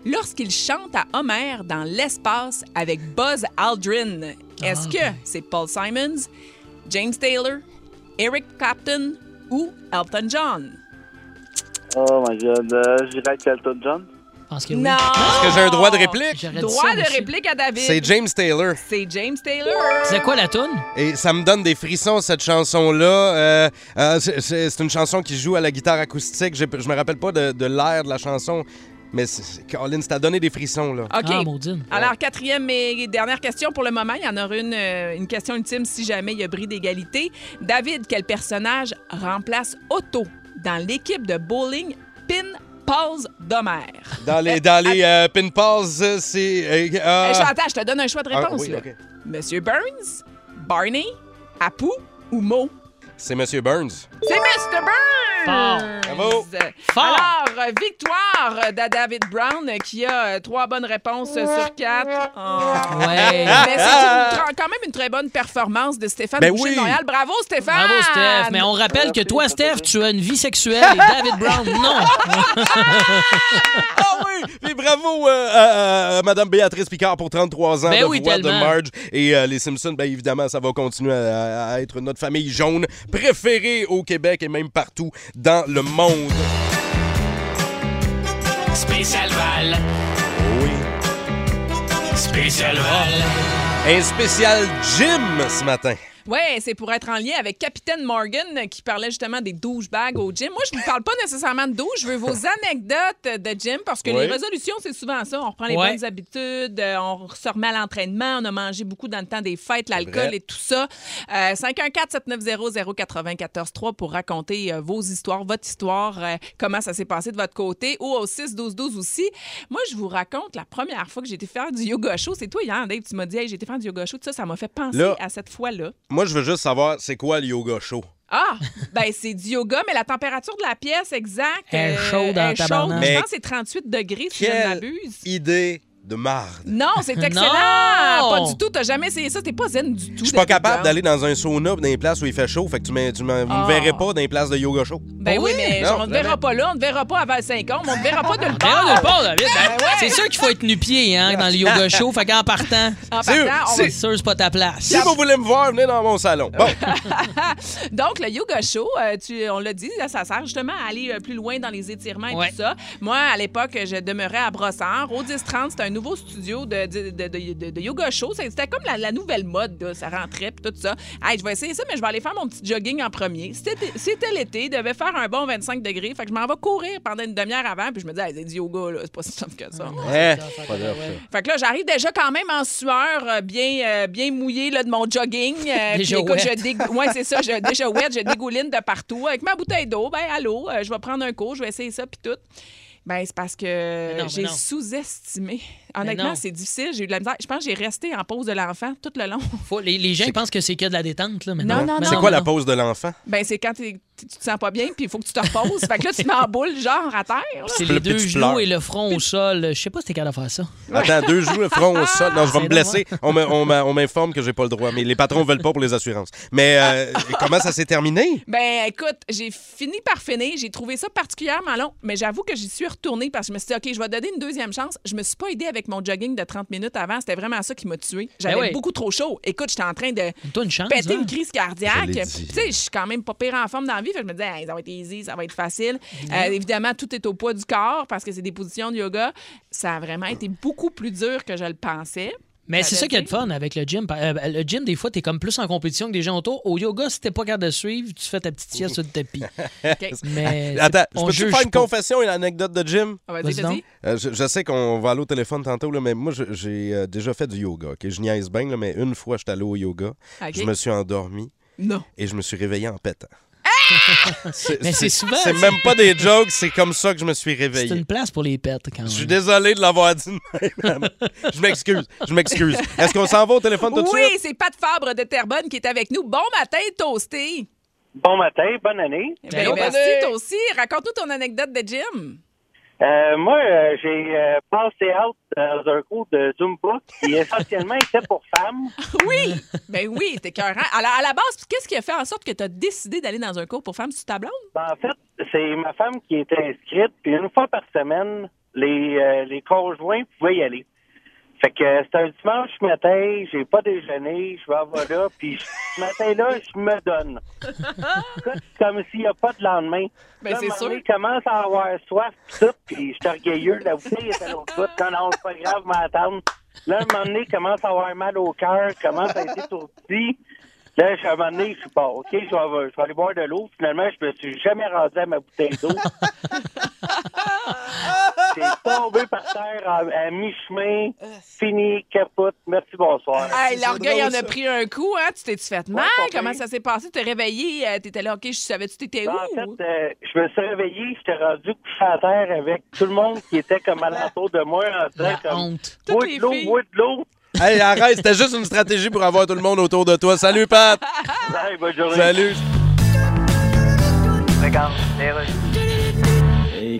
Speaker 5: lorsqu'il chante à Homer dans l'espace avec Buzz Aldrin? Est-ce que c'est Paul Simons, James Taylor, Eric Clapton ou Elton John?
Speaker 8: Oh my god, euh, j'irai avec Elton John.
Speaker 4: pense que oui.
Speaker 5: Non!
Speaker 3: Est-ce que j'ai un droit de réplique?
Speaker 5: Droit de réplique à David.
Speaker 3: C'est James Taylor.
Speaker 5: C'est James Taylor.
Speaker 4: la toune?
Speaker 3: Et ça me donne des frissons, cette chanson-là. Euh, euh, c'est- c'est c'est une chanson qui joue à la guitare acoustique. J'ai- Je me rappelle pas de, de l'air de la chanson, mais c'est- c'est- Colin, ça a donné des frissons, là.
Speaker 5: OK. Alors, quatrième et dernière question pour le moment. Il y en aura une, euh, une question ultime si jamais il y a bris d'égalité. David, quel personnage remplace Otto dans l'équipe de bowling Pin Pauls d'Homère?
Speaker 3: Dans les, dans les euh, pinballs, euh, c'est... euh, euh,
Speaker 5: Hey, je- attends, Eh, je te donne un choix de
Speaker 3: Ah,
Speaker 5: réponse.
Speaker 3: oui,
Speaker 5: là.
Speaker 3: ok.
Speaker 5: Monsieur Burns, Barney, Apu ou Mo?
Speaker 3: C'est Monsieur Burns.
Speaker 5: C'est Mr. Burns!
Speaker 3: Fort. Bravo.
Speaker 5: Alors, euh, victoire de David Brown euh, qui a euh, trois bonnes réponses euh, sur quatre. Oh.
Speaker 10: Ouais.
Speaker 5: Mais c'est une tra- quand même une très bonne performance de Stéphane
Speaker 4: Ben
Speaker 5: Boucher
Speaker 4: oui.
Speaker 5: de Montréal. Bravo, Stéphane!
Speaker 4: Bravo, Steph. Mais on rappelle que toi, Steph, tu as une vie sexuelle et David Brown, non.
Speaker 3: Ah oui! Puis bravo euh, à, à Madame Béatrice Picard pour 33 ans
Speaker 4: Ben
Speaker 3: de
Speaker 4: oui,
Speaker 3: voix
Speaker 4: tellement.
Speaker 3: de Marge. Et euh, les Simpsons, bien évidemment, ça va continuer à, à être notre famille jaune préférée au Québec et même partout dans le monde.
Speaker 10: Spécial Val.
Speaker 3: Oui.
Speaker 10: Spécial Val.
Speaker 3: Un spécial gym ce matin.
Speaker 5: Oui, c'est pour être en lien avec Capitaine Morgan euh, qui parlait justement des douchebags au gym. Moi, je ne vous parle pas nécessairement de douche, je veux vos anecdotes euh, de gym parce que
Speaker 10: Ouais.
Speaker 5: les résolutions, c'est souvent ça. On reprend les
Speaker 10: Ouais.
Speaker 5: bonnes habitudes, euh, on se remet à l'entraînement, on a mangé beaucoup dans le temps des fêtes, l'alcool
Speaker 10: vrai.
Speaker 5: et tout ça. Euh, 514-790-0994-3 pour raconter euh, vos histoires, votre histoire, euh, comment ça s'est passé de votre côté ou au 6-12-12 aussi. Moi, je vous raconte la première fois que j'ai été faire du yoga chaud. C'est toi hier, Dave, tu m'as dit, hey, j'ai été faire du yoga chaud. Ça, ça m'a fait penser
Speaker 3: Là.
Speaker 5: à cette fois-là.
Speaker 3: Moi, je veux juste savoir, c'est quoi le yoga chaud?
Speaker 5: Ah, ben c'est du yoga, mais la température de la pièce exacte
Speaker 3: Elle est
Speaker 5: euh,
Speaker 3: chaude en
Speaker 5: est chaude.
Speaker 3: tabarnak.
Speaker 5: Je
Speaker 3: Mais
Speaker 5: pense que c'est 38 degrés, si je ne
Speaker 3: Quelle
Speaker 5: m'abuse.
Speaker 3: idée de marde.
Speaker 5: Non, c'est excellent!
Speaker 10: Non!
Speaker 5: Pas du tout, t'as jamais essayé ça, t'es pas zen du tout. hein.
Speaker 3: Je suis pas
Speaker 5: David
Speaker 3: capable
Speaker 5: Brown.
Speaker 3: d'aller dans un sauna pis dans les places où il fait chaud, fait que tu me, tu me, me
Speaker 5: Ah.
Speaker 3: verrais pas dans les places de yoga chaud. Oh
Speaker 5: Ben oui, mais
Speaker 3: Non,
Speaker 5: genre, on te
Speaker 3: jamais.
Speaker 5: verra pas là, on te verra pas avant 5 ans, mais on te verra pas de le
Speaker 4: Ah,
Speaker 5: bord.
Speaker 4: nulle part, David.
Speaker 5: Ben ouais.
Speaker 4: C'est sûr qu'il faut être nu-pied hein, dans le yoga show. Fait qu'en partant,
Speaker 5: En partant, on va-
Speaker 4: c'est sûr c'est pas ta place.
Speaker 3: Si vous voulez me voir, venez dans mon salon. Bon.
Speaker 5: Donc, le yoga show, euh, tu, on l'a dit, là, ça sert justement à aller euh, plus loin dans les étirements et
Speaker 4: Ouais.
Speaker 5: tout ça. Moi, à l'époque, je demeurais à Brossard. Au 10-30, c'était un nouveau studio de, de, de- de- de- de yoga show. C'est- C'était comme la, la nouvelle mode, là. ça rentrait puis tout ça. Hey, je vais essayer ça, mais je vais aller faire mon petit jogging en premier. C'était c'était l'été, il devait faire un bon 25 degrés. Fait que je m'en vais courir pendant une demi-heure avant, puis je me dis, Hey, c'est du yoga, là, c'est pas si simple que ça.
Speaker 3: Eh, pas grave, ça.
Speaker 5: Fait que là, j'arrive déjà quand même en sueur, euh, bien, euh, bien mouillée là, de mon jogging. euh,
Speaker 10: Déjà
Speaker 5: puis, écoute,
Speaker 10: wet.
Speaker 5: je dég- ouais, c'est ça, je, déjà wet, je dégouline de partout. Avec ma bouteille d'eau, ben allô, euh, je vais prendre un cours, je vais essayer ça, puis tout. Ben, c'est parce que
Speaker 10: non, mais
Speaker 5: j'ai
Speaker 10: non.
Speaker 5: sous-estimé.
Speaker 4: Mais non.
Speaker 5: Honnêtement, c'est difficile, j'ai eu de la misère. Je pense que j'ai resté en pause de l'enfant tout le long.
Speaker 4: Faut- les, les gens ils pensent que c'est que de la détente. Là, mais
Speaker 5: Non, non,
Speaker 4: mais
Speaker 3: C'est quoi
Speaker 4: mais
Speaker 3: la pause de l'enfant?
Speaker 5: Ben, c'est quand t'es- tu te sens pas bien, puis il faut que tu te reposes. fait que là, tu te mets en boule, genre, à terre. là.
Speaker 4: Puis C'est
Speaker 3: Puis
Speaker 4: les
Speaker 3: le
Speaker 4: deux
Speaker 3: petit
Speaker 4: genoux
Speaker 3: fleur.
Speaker 4: et le front au sol. Je sais pas si t'es capable de faire ça.
Speaker 3: Attends, deux jours, le front au sol. Non, je vais me
Speaker 4: C'est
Speaker 3: blesser. On me- on m'a- on m'informe que j'ai pas le droit, mais les patrons veulent pas pour les assurances. Mais euh, comment ça s'est terminé?
Speaker 5: Ben, écoute, j'ai fini par finir. J'ai trouvé ça particulièrement long, mais j'avoue que j'y suis retournée parce que je me suis dit, OK, je vais donner une deuxième chance. Je me suis pas aidée avec mon jogging de 30 minutes avant. C'était vraiment ça qui m'a tuée. J'avais
Speaker 4: Ben oui.
Speaker 5: beaucoup trop chaud. Écoute, j'étais en train de péter
Speaker 4: hein?
Speaker 5: une crise
Speaker 4: Je
Speaker 5: cardiaque.
Speaker 4: l'ai
Speaker 5: Tu
Speaker 4: dit.
Speaker 5: sais, je suis quand même pas pire en forme dans la vie. Fait que je me disais, Hey, ça va être easy, ça va être facile.
Speaker 4: Mm-hmm.
Speaker 5: Euh, évidemment, tout est au poids du corps parce que c'est des positions de yoga. Ça a vraiment été beaucoup plus dur que je le pensais.
Speaker 4: Mais c'est ça qui est le fun avec le gym. Par- euh, le gym, des fois, t'es comme plus en compétition que des gens autour. Au yoga, si t'es pas capable de suivre, tu fais ta petite sieste sur le tapis.
Speaker 5: Euh,
Speaker 4: Mais
Speaker 3: Attends,
Speaker 4: on
Speaker 3: je peux-tu
Speaker 4: juge
Speaker 3: faire une
Speaker 4: pas.
Speaker 3: confession et une anecdote de Jim?
Speaker 5: Ah, vas-y, Vas-y vas-y. donc.
Speaker 3: Euh, je, je sais qu'on va aller au téléphone tantôt, là, mais moi, je- j'ai euh, déjà fait du yoga. ok? Je niaise bien, là, mais une fois, je suis allé au yoga.
Speaker 5: Ok.
Speaker 3: Je me suis endormi.
Speaker 5: Non.
Speaker 3: Et je me suis réveillé en pétant.
Speaker 4: Ah! Mais c'est souvent,
Speaker 3: C'est
Speaker 4: ça.
Speaker 3: même pas des jokes, c'est comme ça que je me suis
Speaker 4: C'est
Speaker 3: réveillé.
Speaker 4: une place pour les pets quand
Speaker 3: Je
Speaker 4: même.
Speaker 3: suis désolé de l'avoir dit de même. Je m'excuse, je m'excuse. Est-ce qu'on s'en va au téléphone tout de
Speaker 5: Oui,
Speaker 3: suite?
Speaker 5: c'est Pat Fabre de Terrebonne qui est avec nous. Bon matin, Toasté.
Speaker 15: Bon matin, bonne année.
Speaker 5: Ben, merci, toi aussi. Raconte-nous ton anecdote de gym.
Speaker 15: Euh, moi, euh, j'ai euh, passé out euh, dans un cours de Zumba qui essentiellement était pour femmes.
Speaker 5: Ah Oui! Ben oui, t'es cœurant. Alors, à la base, qu'est-ce qui a fait en sorte que tu as décidé d'aller dans un cours pour femmes sur ta blonde?
Speaker 15: Ben, en fait, c'est ma femme qui était inscrite, puis une fois par semaine, les, euh, les conjoints pouvaient y aller. Fait que euh, c'était un dimanche matin, j'ai pas déjeuné, je vais en là, puis ce matin-là, je me donne. Écoute, comme s'il n'y a pas de lendemain.
Speaker 5: Ben,
Speaker 15: Là,
Speaker 5: c'est
Speaker 15: un moment
Speaker 5: sûr.
Speaker 15: donné, Je commence à avoir soif, pis tout, pis je suis orgueilleux. La bouteille est à l'autre bout. Non, non, c'est pas grave, m'attendre. Là, un moment donné, je commence à avoir mal au cœur, je commence à être étourdi. Là, je- à un moment donné, je suis pas OK, je vais, je vais aller boire de l'eau. Finalement, je me suis jamais rendu à ma bouteille d'eau. J'ai tombé par terre à, à mi-chemin, fini, capote, merci, bonsoir.
Speaker 5: Hey, l'orgueil en a pris un coup, hein? Tu t'es-tu fait mal? Comment ça s'est passé? T'es réveillé? euh, T'étais là, OK, je savais-tu t'étais où?
Speaker 15: Ben, en fait, euh, je me suis réveillé, j'étais rendu couché à terre avec tout le monde qui était comme alentour de moi en train comme Bois de l'eau, bois de l'eau.
Speaker 3: Hey, arrête, c'était juste une stratégie pour avoir tout le monde autour de toi. Salut, Pat!
Speaker 15: Hey, bonne journée.
Speaker 3: Salut!
Speaker 6: Regarde, les rues.
Speaker 7: Et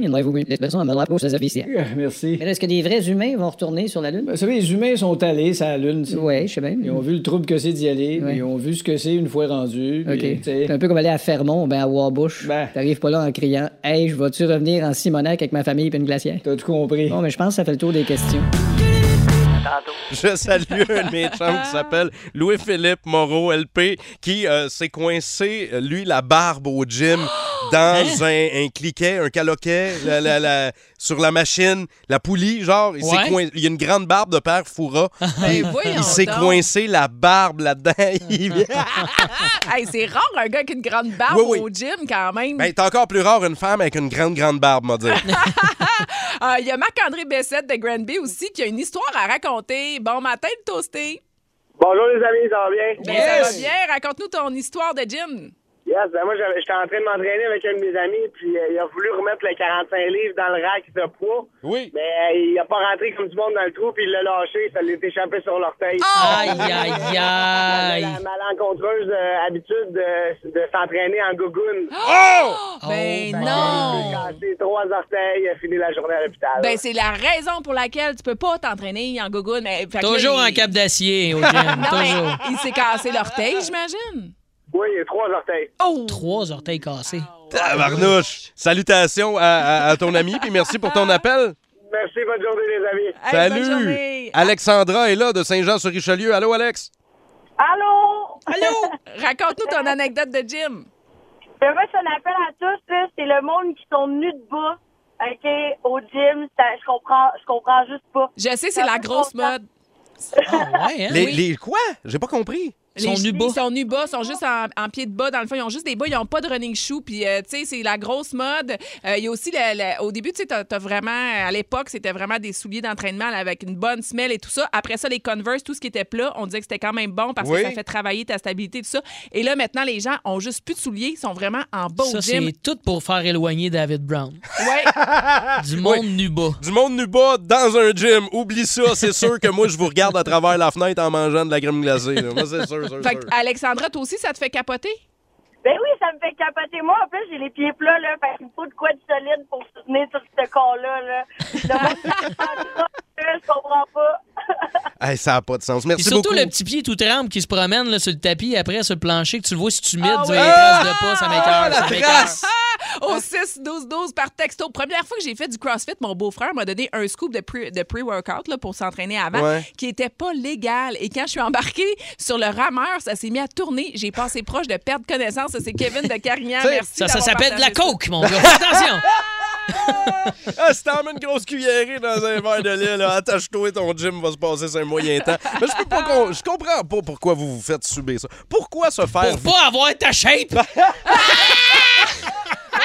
Speaker 13: Il y en aurait vous une personne à me droite pour ses officiers.
Speaker 7: Euh, Merci. Ben,
Speaker 13: Mais là, est-ce que des vrais humains vont retourner sur la Lune?
Speaker 7: Vous savez, les humains sont allés sur la Lune. tu sais.
Speaker 13: Oui, je sais bien.
Speaker 7: Ils ont vu le trouble que c'est d'y aller, puis
Speaker 13: Ouais.
Speaker 7: ils ont vu ce que c'est une fois rendu. puis,
Speaker 13: OK.
Speaker 7: tu sais.
Speaker 13: C'est un peu comme aller à Fermont, ben à Warbush.
Speaker 7: Ben.
Speaker 13: T'arrives pas là en criant Hey, je vais-tu revenir en Simonac avec ma famille et une glacière?
Speaker 7: T'as tout compris.
Speaker 13: Bon, mais je pense que ça fait le tour des questions.
Speaker 3: Je salue un de mes chums qui s'appelle Louis-Philippe Moreau, LP, qui euh, s'est coincé, euh, lui, la barbe au gym dans un, un cliquet, un caloquet, la- la- la- sur la machine, la poulie, genre. Il, s'est
Speaker 4: Ouais.
Speaker 3: coin- il y a une grande barbe de père Foura.
Speaker 5: Ben, voyons
Speaker 3: il s'est
Speaker 5: donc.
Speaker 3: coincé la barbe là-dedans. Il vient-
Speaker 5: Hey, c'est rare un gars avec une grande barbe
Speaker 3: Oui, oui.
Speaker 5: au gym quand même.
Speaker 3: ben, t'es encore plus rare une femme avec une grande, grande barbe, m'a dit.
Speaker 5: Euh, Il y a Marc-André Bessette de Granby aussi qui a une histoire à raconter. Bon matin, le toasté.
Speaker 16: Bonjour les amis, ça va bien?
Speaker 5: Ben, Ça va bien? Raconte-nous ton histoire de gym.
Speaker 16: Yes, ben moi j'avais- j'étais en train de m'entraîner avec un de mes amis, puis euh, il a voulu remettre les 45 livres dans le rack de poids.
Speaker 3: Oui.
Speaker 16: Mais euh, il a pas rentré comme du monde dans le trou, puis il l'a lâché, ça lui est échappé sur l'orteil.
Speaker 4: Aïe, aïe, aïe.
Speaker 16: La malencontreuse euh, habitude de, de s'entraîner en gougoune.
Speaker 3: Oh!
Speaker 5: Ben
Speaker 16: Ben, Il
Speaker 5: non!
Speaker 16: s'est cassé trois orteils, il a fini la journée à l'hôpital.
Speaker 5: Ben, c'est la raison pour laquelle tu peux pas t'entraîner en gogoon. Mais, fait que là,
Speaker 4: Toujours
Speaker 5: il-
Speaker 4: en cap d'acier au gym.
Speaker 5: Non, mais
Speaker 4: Toujours.
Speaker 5: il s'est cassé l'orteil, j'imagine.
Speaker 16: Oui, il y a trois orteils.
Speaker 5: Oh!
Speaker 4: Trois orteils cassés.
Speaker 5: Ah,
Speaker 3: Tabarnouche! Salutations à, à- à ton ami, puis merci pour ton appel.
Speaker 16: Merci, bonne journée les amis.
Speaker 5: Hey, bonne
Speaker 3: Salut!
Speaker 5: journée.
Speaker 3: Alexandra est là de Saint-Jean-sur-Richelieu. Allô, Alex?
Speaker 17: Allô?
Speaker 5: Allô? Raconte-nous ton anecdote de gym.
Speaker 17: Ben moi, un appel à tous, là, c'est le monde qui sont nus debout, OK, au gym. ça- je comprends je comprends juste pas.
Speaker 5: Je sais, c'est la grosse mode.
Speaker 4: Ouais, hein?
Speaker 3: Les, les quoi? J'ai pas compris.
Speaker 5: Les
Speaker 4: sont nus bas.
Speaker 5: Ils sont nus bas, sont juste en, en pied de bas. Dans le fond, ils ont juste des bas, ils n'ont pas de running shoe. Puis, euh, tu sais, c'est la grosse mode. Euh, Il y a aussi, le- le- au début, tu sais, t'as- t'as vraiment, à l'époque, c'était vraiment des souliers d'entraînement là, avec une bonne semelle et tout ça. Après ça, les Converse, tout ce qui était plat, on disait que c'était quand même bon parce
Speaker 3: Oui.
Speaker 5: que ça fait travailler ta stabilité, tout ça. Et là, maintenant, les gens ont juste plus de souliers, ils sont vraiment en bas au
Speaker 4: Ça,
Speaker 5: gym.
Speaker 4: c'est tout pour faire éloigner David Brown.
Speaker 5: Ouais.
Speaker 3: Ah,
Speaker 4: Du monde nu bas.
Speaker 3: Du monde nu bas dans un gym. Oublie ça, c'est sûr que moi, je vous regarde à travers la fenêtre en mangeant de la crème glacée. là. Moi, c'est sûr, sûr,
Speaker 5: Fait
Speaker 3: sûr.
Speaker 5: que, Alexandra, toi aussi, ça te fait capoter?
Speaker 17: Ben oui, ça me fait capoter. Moi, en plus, j'ai les pieds plats, là, fait qu'il me faut de quoi de solide pour soutenir tout ce corps-là, là. Le monde qui prend ça, là, je comprends pas.
Speaker 3: Hey, ça n'a pas de sens. Merci
Speaker 4: Puis surtout
Speaker 3: beaucoup.
Speaker 4: le petit pied tout tremble qui se promène là, sur le tapis après sur le plancher que tu le vois si tu mides
Speaker 5: Ah
Speaker 4: sur
Speaker 5: oui.
Speaker 4: les traces de pas, ça m'écoeure,
Speaker 3: Ah, la
Speaker 4: ça m'écoeure.
Speaker 3: trace!
Speaker 4: Ah.
Speaker 5: Au 6-12-12 par texto. Première fois que j'ai fait du CrossFit, mon beau-frère m'a donné un scoop de pre- de pre-workout là, pour s'entraîner avant
Speaker 3: Ouais.
Speaker 5: qui était pas légal. Et quand je suis embarquée sur le rameur, ça s'est mis à tourner. J'ai passé proche de perdre connaissance. Ça, C'est Kevin de Carignan.
Speaker 3: T'sais,
Speaker 5: Merci.
Speaker 4: Ça, ça
Speaker 5: d'avoir
Speaker 4: s'appelle de la
Speaker 5: partagé ça.
Speaker 4: coke, mon gars. Attention!
Speaker 3: Ah, si t'en mets une grosse cuillerée dans un verre de lait, là, attache-toi et ton gym va se passer sur un moyen temps. Mais je peux pas con- je comprends pas pourquoi vous vous faites subir ça. Pourquoi se faire...
Speaker 4: Pour pas avoir ta shape!
Speaker 3: Ah,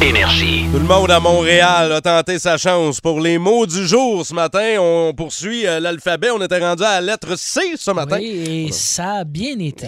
Speaker 1: Énergie.
Speaker 3: Tout le monde à Montréal a tenté sa chance pour les mots du jour ce matin. On poursuit euh, l'alphabet. On était rendu à la lettre C ce matin.
Speaker 4: Et ça a bien été.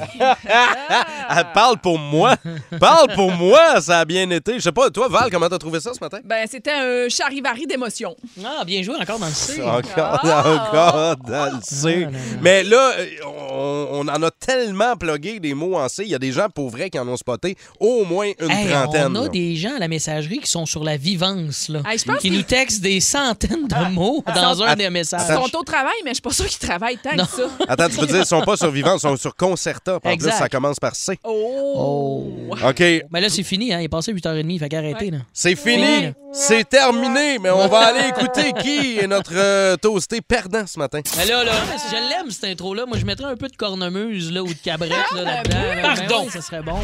Speaker 3: Ah, parle pour moi. Parle pour moi. Ça a bien été. Je sais pas, toi, Val, comment t'as trouvé ça ce matin?
Speaker 5: Ben, c'était un charivari d'émotions.
Speaker 4: Ah, bien joué encore dans le C.
Speaker 3: Encore, encore
Speaker 4: Ah,
Speaker 3: dans le C. Mais là, euh, on, on en a tellement plugué des mots en C. Il y a des gens pour vrai qui en ont spoté au moins une
Speaker 4: Hey,
Speaker 3: trentaine.
Speaker 4: On a
Speaker 3: là.
Speaker 4: des gens à la messagerie qui sont sur la vivance, là,
Speaker 5: Hey, je pense Ah,
Speaker 4: qui
Speaker 5: que-
Speaker 4: nous textent des centaines de mots dans un des messages.
Speaker 5: Ils sont au travail, mais je suis pas sûre qu'ils travaillent tant que ça.
Speaker 3: Attends, tu veux dire, ils sont pas survivants, ils sont sur Concerta. En plus,
Speaker 4: Exact.
Speaker 3: ça commence par C.
Speaker 5: Oh!
Speaker 3: OK.
Speaker 4: Mais là, c'est fini, hein. il est passé 8h30, fait qu'arrêtez. là.
Speaker 3: C'est fini,
Speaker 4: Fini.
Speaker 3: c'est terminé, mais on va aller écouter qui est notre euh, toasté perdant ce matin.
Speaker 4: Mais Ben là, là,
Speaker 5: Ah,
Speaker 4: je l'aime cette intro-là. Moi, je mettrais un peu de cornemuse là, ou de cabrette
Speaker 5: Ah,
Speaker 4: là, là-dedans. là.
Speaker 10: Pardon.
Speaker 4: Ben oui, ça serait bon.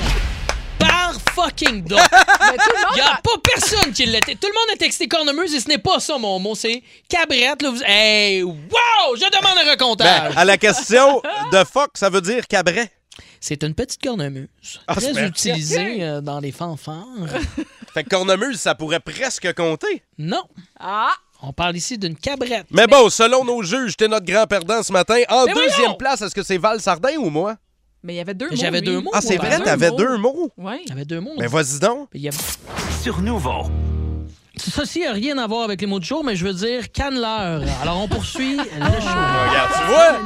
Speaker 4: Par fucking donc! Il n'y a pas personne qui l'a. t- Tout le monde a texté cornemuse et ce n'est pas ça mon mot, c'est cabrette. Là, vous... Hey, wow! Je demande un
Speaker 3: Ben,
Speaker 4: recomptage!
Speaker 3: à la question de fuck, ça veut dire cabret.
Speaker 4: C'est une petite cornemuse.
Speaker 3: Ah,
Speaker 4: Très
Speaker 3: super.
Speaker 4: utilisé euh, dans les fanfares.
Speaker 3: Fait que cornemuse, ça pourrait presque compter.
Speaker 4: Non.
Speaker 5: Ah!
Speaker 4: On parle ici d'une cabrette.
Speaker 3: Mais ben- bon, selon nos juges, t'es notre grand perdant ce matin. En
Speaker 4: Mais
Speaker 3: deuxième
Speaker 4: voyons!
Speaker 3: place, est-ce que c'est Val Sardin ou moi?
Speaker 5: Mais il y avait deux mots.
Speaker 4: J'avais
Speaker 5: oui.
Speaker 4: deux mots.
Speaker 3: Ah, c'est
Speaker 4: ouais.
Speaker 3: vrai, t'avais deux mots.
Speaker 5: Oui.
Speaker 4: J'avais deux mots. hein.
Speaker 3: Mais vas-y donc.
Speaker 4: Sur Nouveau. Ceci n'a rien à voir avec les mots du jour, mais je veux dire canneleur. Alors, on poursuit le
Speaker 5: Ah.
Speaker 4: show.
Speaker 3: Oh, Regarde, tu vois?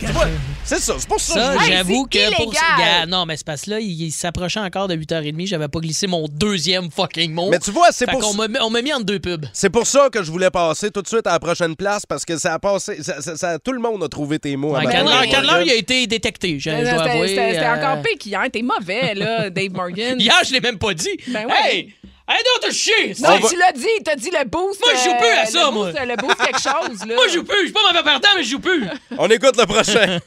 Speaker 3: Tu vois? C'est ça, c'est pour ça.
Speaker 4: Ça,
Speaker 3: que je dis.
Speaker 4: j'avoue que pour Gars, non, mais c'est parce que là, il, il s'approchait encore de 8h30, j'avais pas glissé mon deuxième fucking mot.
Speaker 3: Mais tu vois, c'est
Speaker 4: Fait
Speaker 3: pour-
Speaker 4: qu'on m'a mis- on m'a mis en deux pubs.
Speaker 3: C'est pour ça que je voulais passer tout de suite à la prochaine place parce que ça a passé. ça- ça- ça- tout le monde a trouvé tes mots. à
Speaker 4: Ouais,
Speaker 3: matin.
Speaker 4: canneleur, canneleur, il a été détecté. Je, je
Speaker 5: C'était
Speaker 4: dois avouer,
Speaker 5: c'était- c'était
Speaker 4: euh,
Speaker 5: encore pire qu'hier. T'es mauvais, là, Dave Morgan.
Speaker 4: Hier, je l'ai même pas dit.
Speaker 5: Ben ouais.
Speaker 4: Hey! Hey, non, t'as chier!
Speaker 5: Non,
Speaker 4: c'est-
Speaker 5: tu l'as dit, t'as dit le boost.
Speaker 4: Moi, je joue
Speaker 5: euh,
Speaker 4: plus à ça,
Speaker 5: le
Speaker 4: moi.
Speaker 5: boost, euh, Le boost quelque chose, là.
Speaker 4: Moi, je joue plus. Je suis pas mauvais perdant, mais je joue plus.
Speaker 3: On écoute le prochain.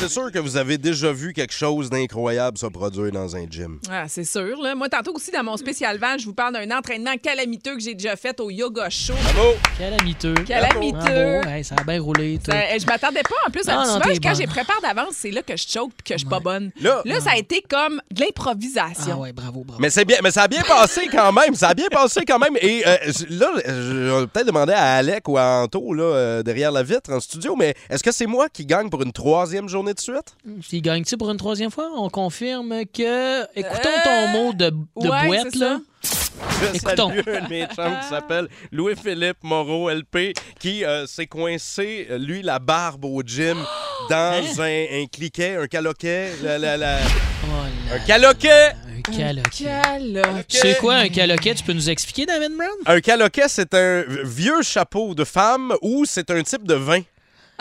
Speaker 3: C'est sûr que vous avez déjà vu quelque chose d'incroyable se produire dans un gym.
Speaker 5: Ah, c'est sûr. Là. Moi, tantôt aussi, dans mon spécial van, je vous parle d'un entraînement calamiteux que j'ai déjà fait au yoga show.
Speaker 3: Bravo!
Speaker 4: Calamiteux.
Speaker 5: Calamiteux.
Speaker 4: Bravo. Hey, ça a bien roulé. tout.
Speaker 5: Ça, Euh, je m'attendais pas en plus à
Speaker 4: Non,
Speaker 5: ça.
Speaker 4: non,
Speaker 5: Souvent,
Speaker 4: t'es
Speaker 5: quand
Speaker 4: bonne.
Speaker 5: j'ai prépare d'avance, c'est là que je choke puis que je suis pas bonne.
Speaker 3: Là-
Speaker 5: ça a été comme de l'improvisation.
Speaker 4: Ah bravo,
Speaker 3: Ah. Mais c'est bien, mais ça a bien passé quand même. Ça a bien passé quand même. Et euh, là, je vais peut-être demander à Alec ou à Anto là, euh, derrière la vitre en studio, mais est-ce que c'est moi qui gagne pour une troisième journée de suite?
Speaker 4: S'il gagne-tu pour une troisième fois, on confirme que. Écoutons ton mot de,
Speaker 5: Ah,
Speaker 4: de
Speaker 3: ouais,
Speaker 4: boîte,
Speaker 3: c'est
Speaker 4: là.
Speaker 3: Je
Speaker 4: Écoutons.
Speaker 3: salue un de mes chums qui s'appelle Louis-Philippe Moreau LP qui euh, s'est coincé, euh, lui, la barbe au gym dans
Speaker 4: Hein?
Speaker 3: un, un cliquet, un caloquet. la- la- la-
Speaker 4: Oh
Speaker 3: un caloquet!
Speaker 4: Un caloquet.
Speaker 5: Caloquet.
Speaker 4: Tu sais quoi, un caloquet? Tu peux nous expliquer, David Brown?
Speaker 3: Un caloquet, c'est un vieux chapeau de femme ou c'est un type de vin.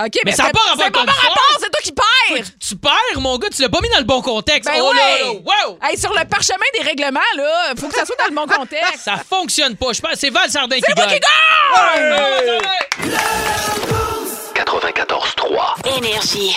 Speaker 5: OK,
Speaker 4: Mais ça a
Speaker 5: c'est-
Speaker 4: pas rapport
Speaker 5: c'est
Speaker 4: comme
Speaker 5: pas
Speaker 4: ça.
Speaker 5: rapport, c'est toi qui perds!
Speaker 4: Tu perds, mon gars, tu l'as pas mis dans le bon contexte.
Speaker 5: Ben
Speaker 4: oh là là,
Speaker 5: ouais.
Speaker 4: wow!
Speaker 5: Hey, sur le parchemin des règlements, là, faut que ça soit dans le bon contexte.
Speaker 4: Ça fonctionne pas. Je pense c'est Val Sardin qui
Speaker 5: moi
Speaker 4: gagne.
Speaker 5: qui
Speaker 4: gagne!
Speaker 1: 94.3.
Speaker 2: Énergie.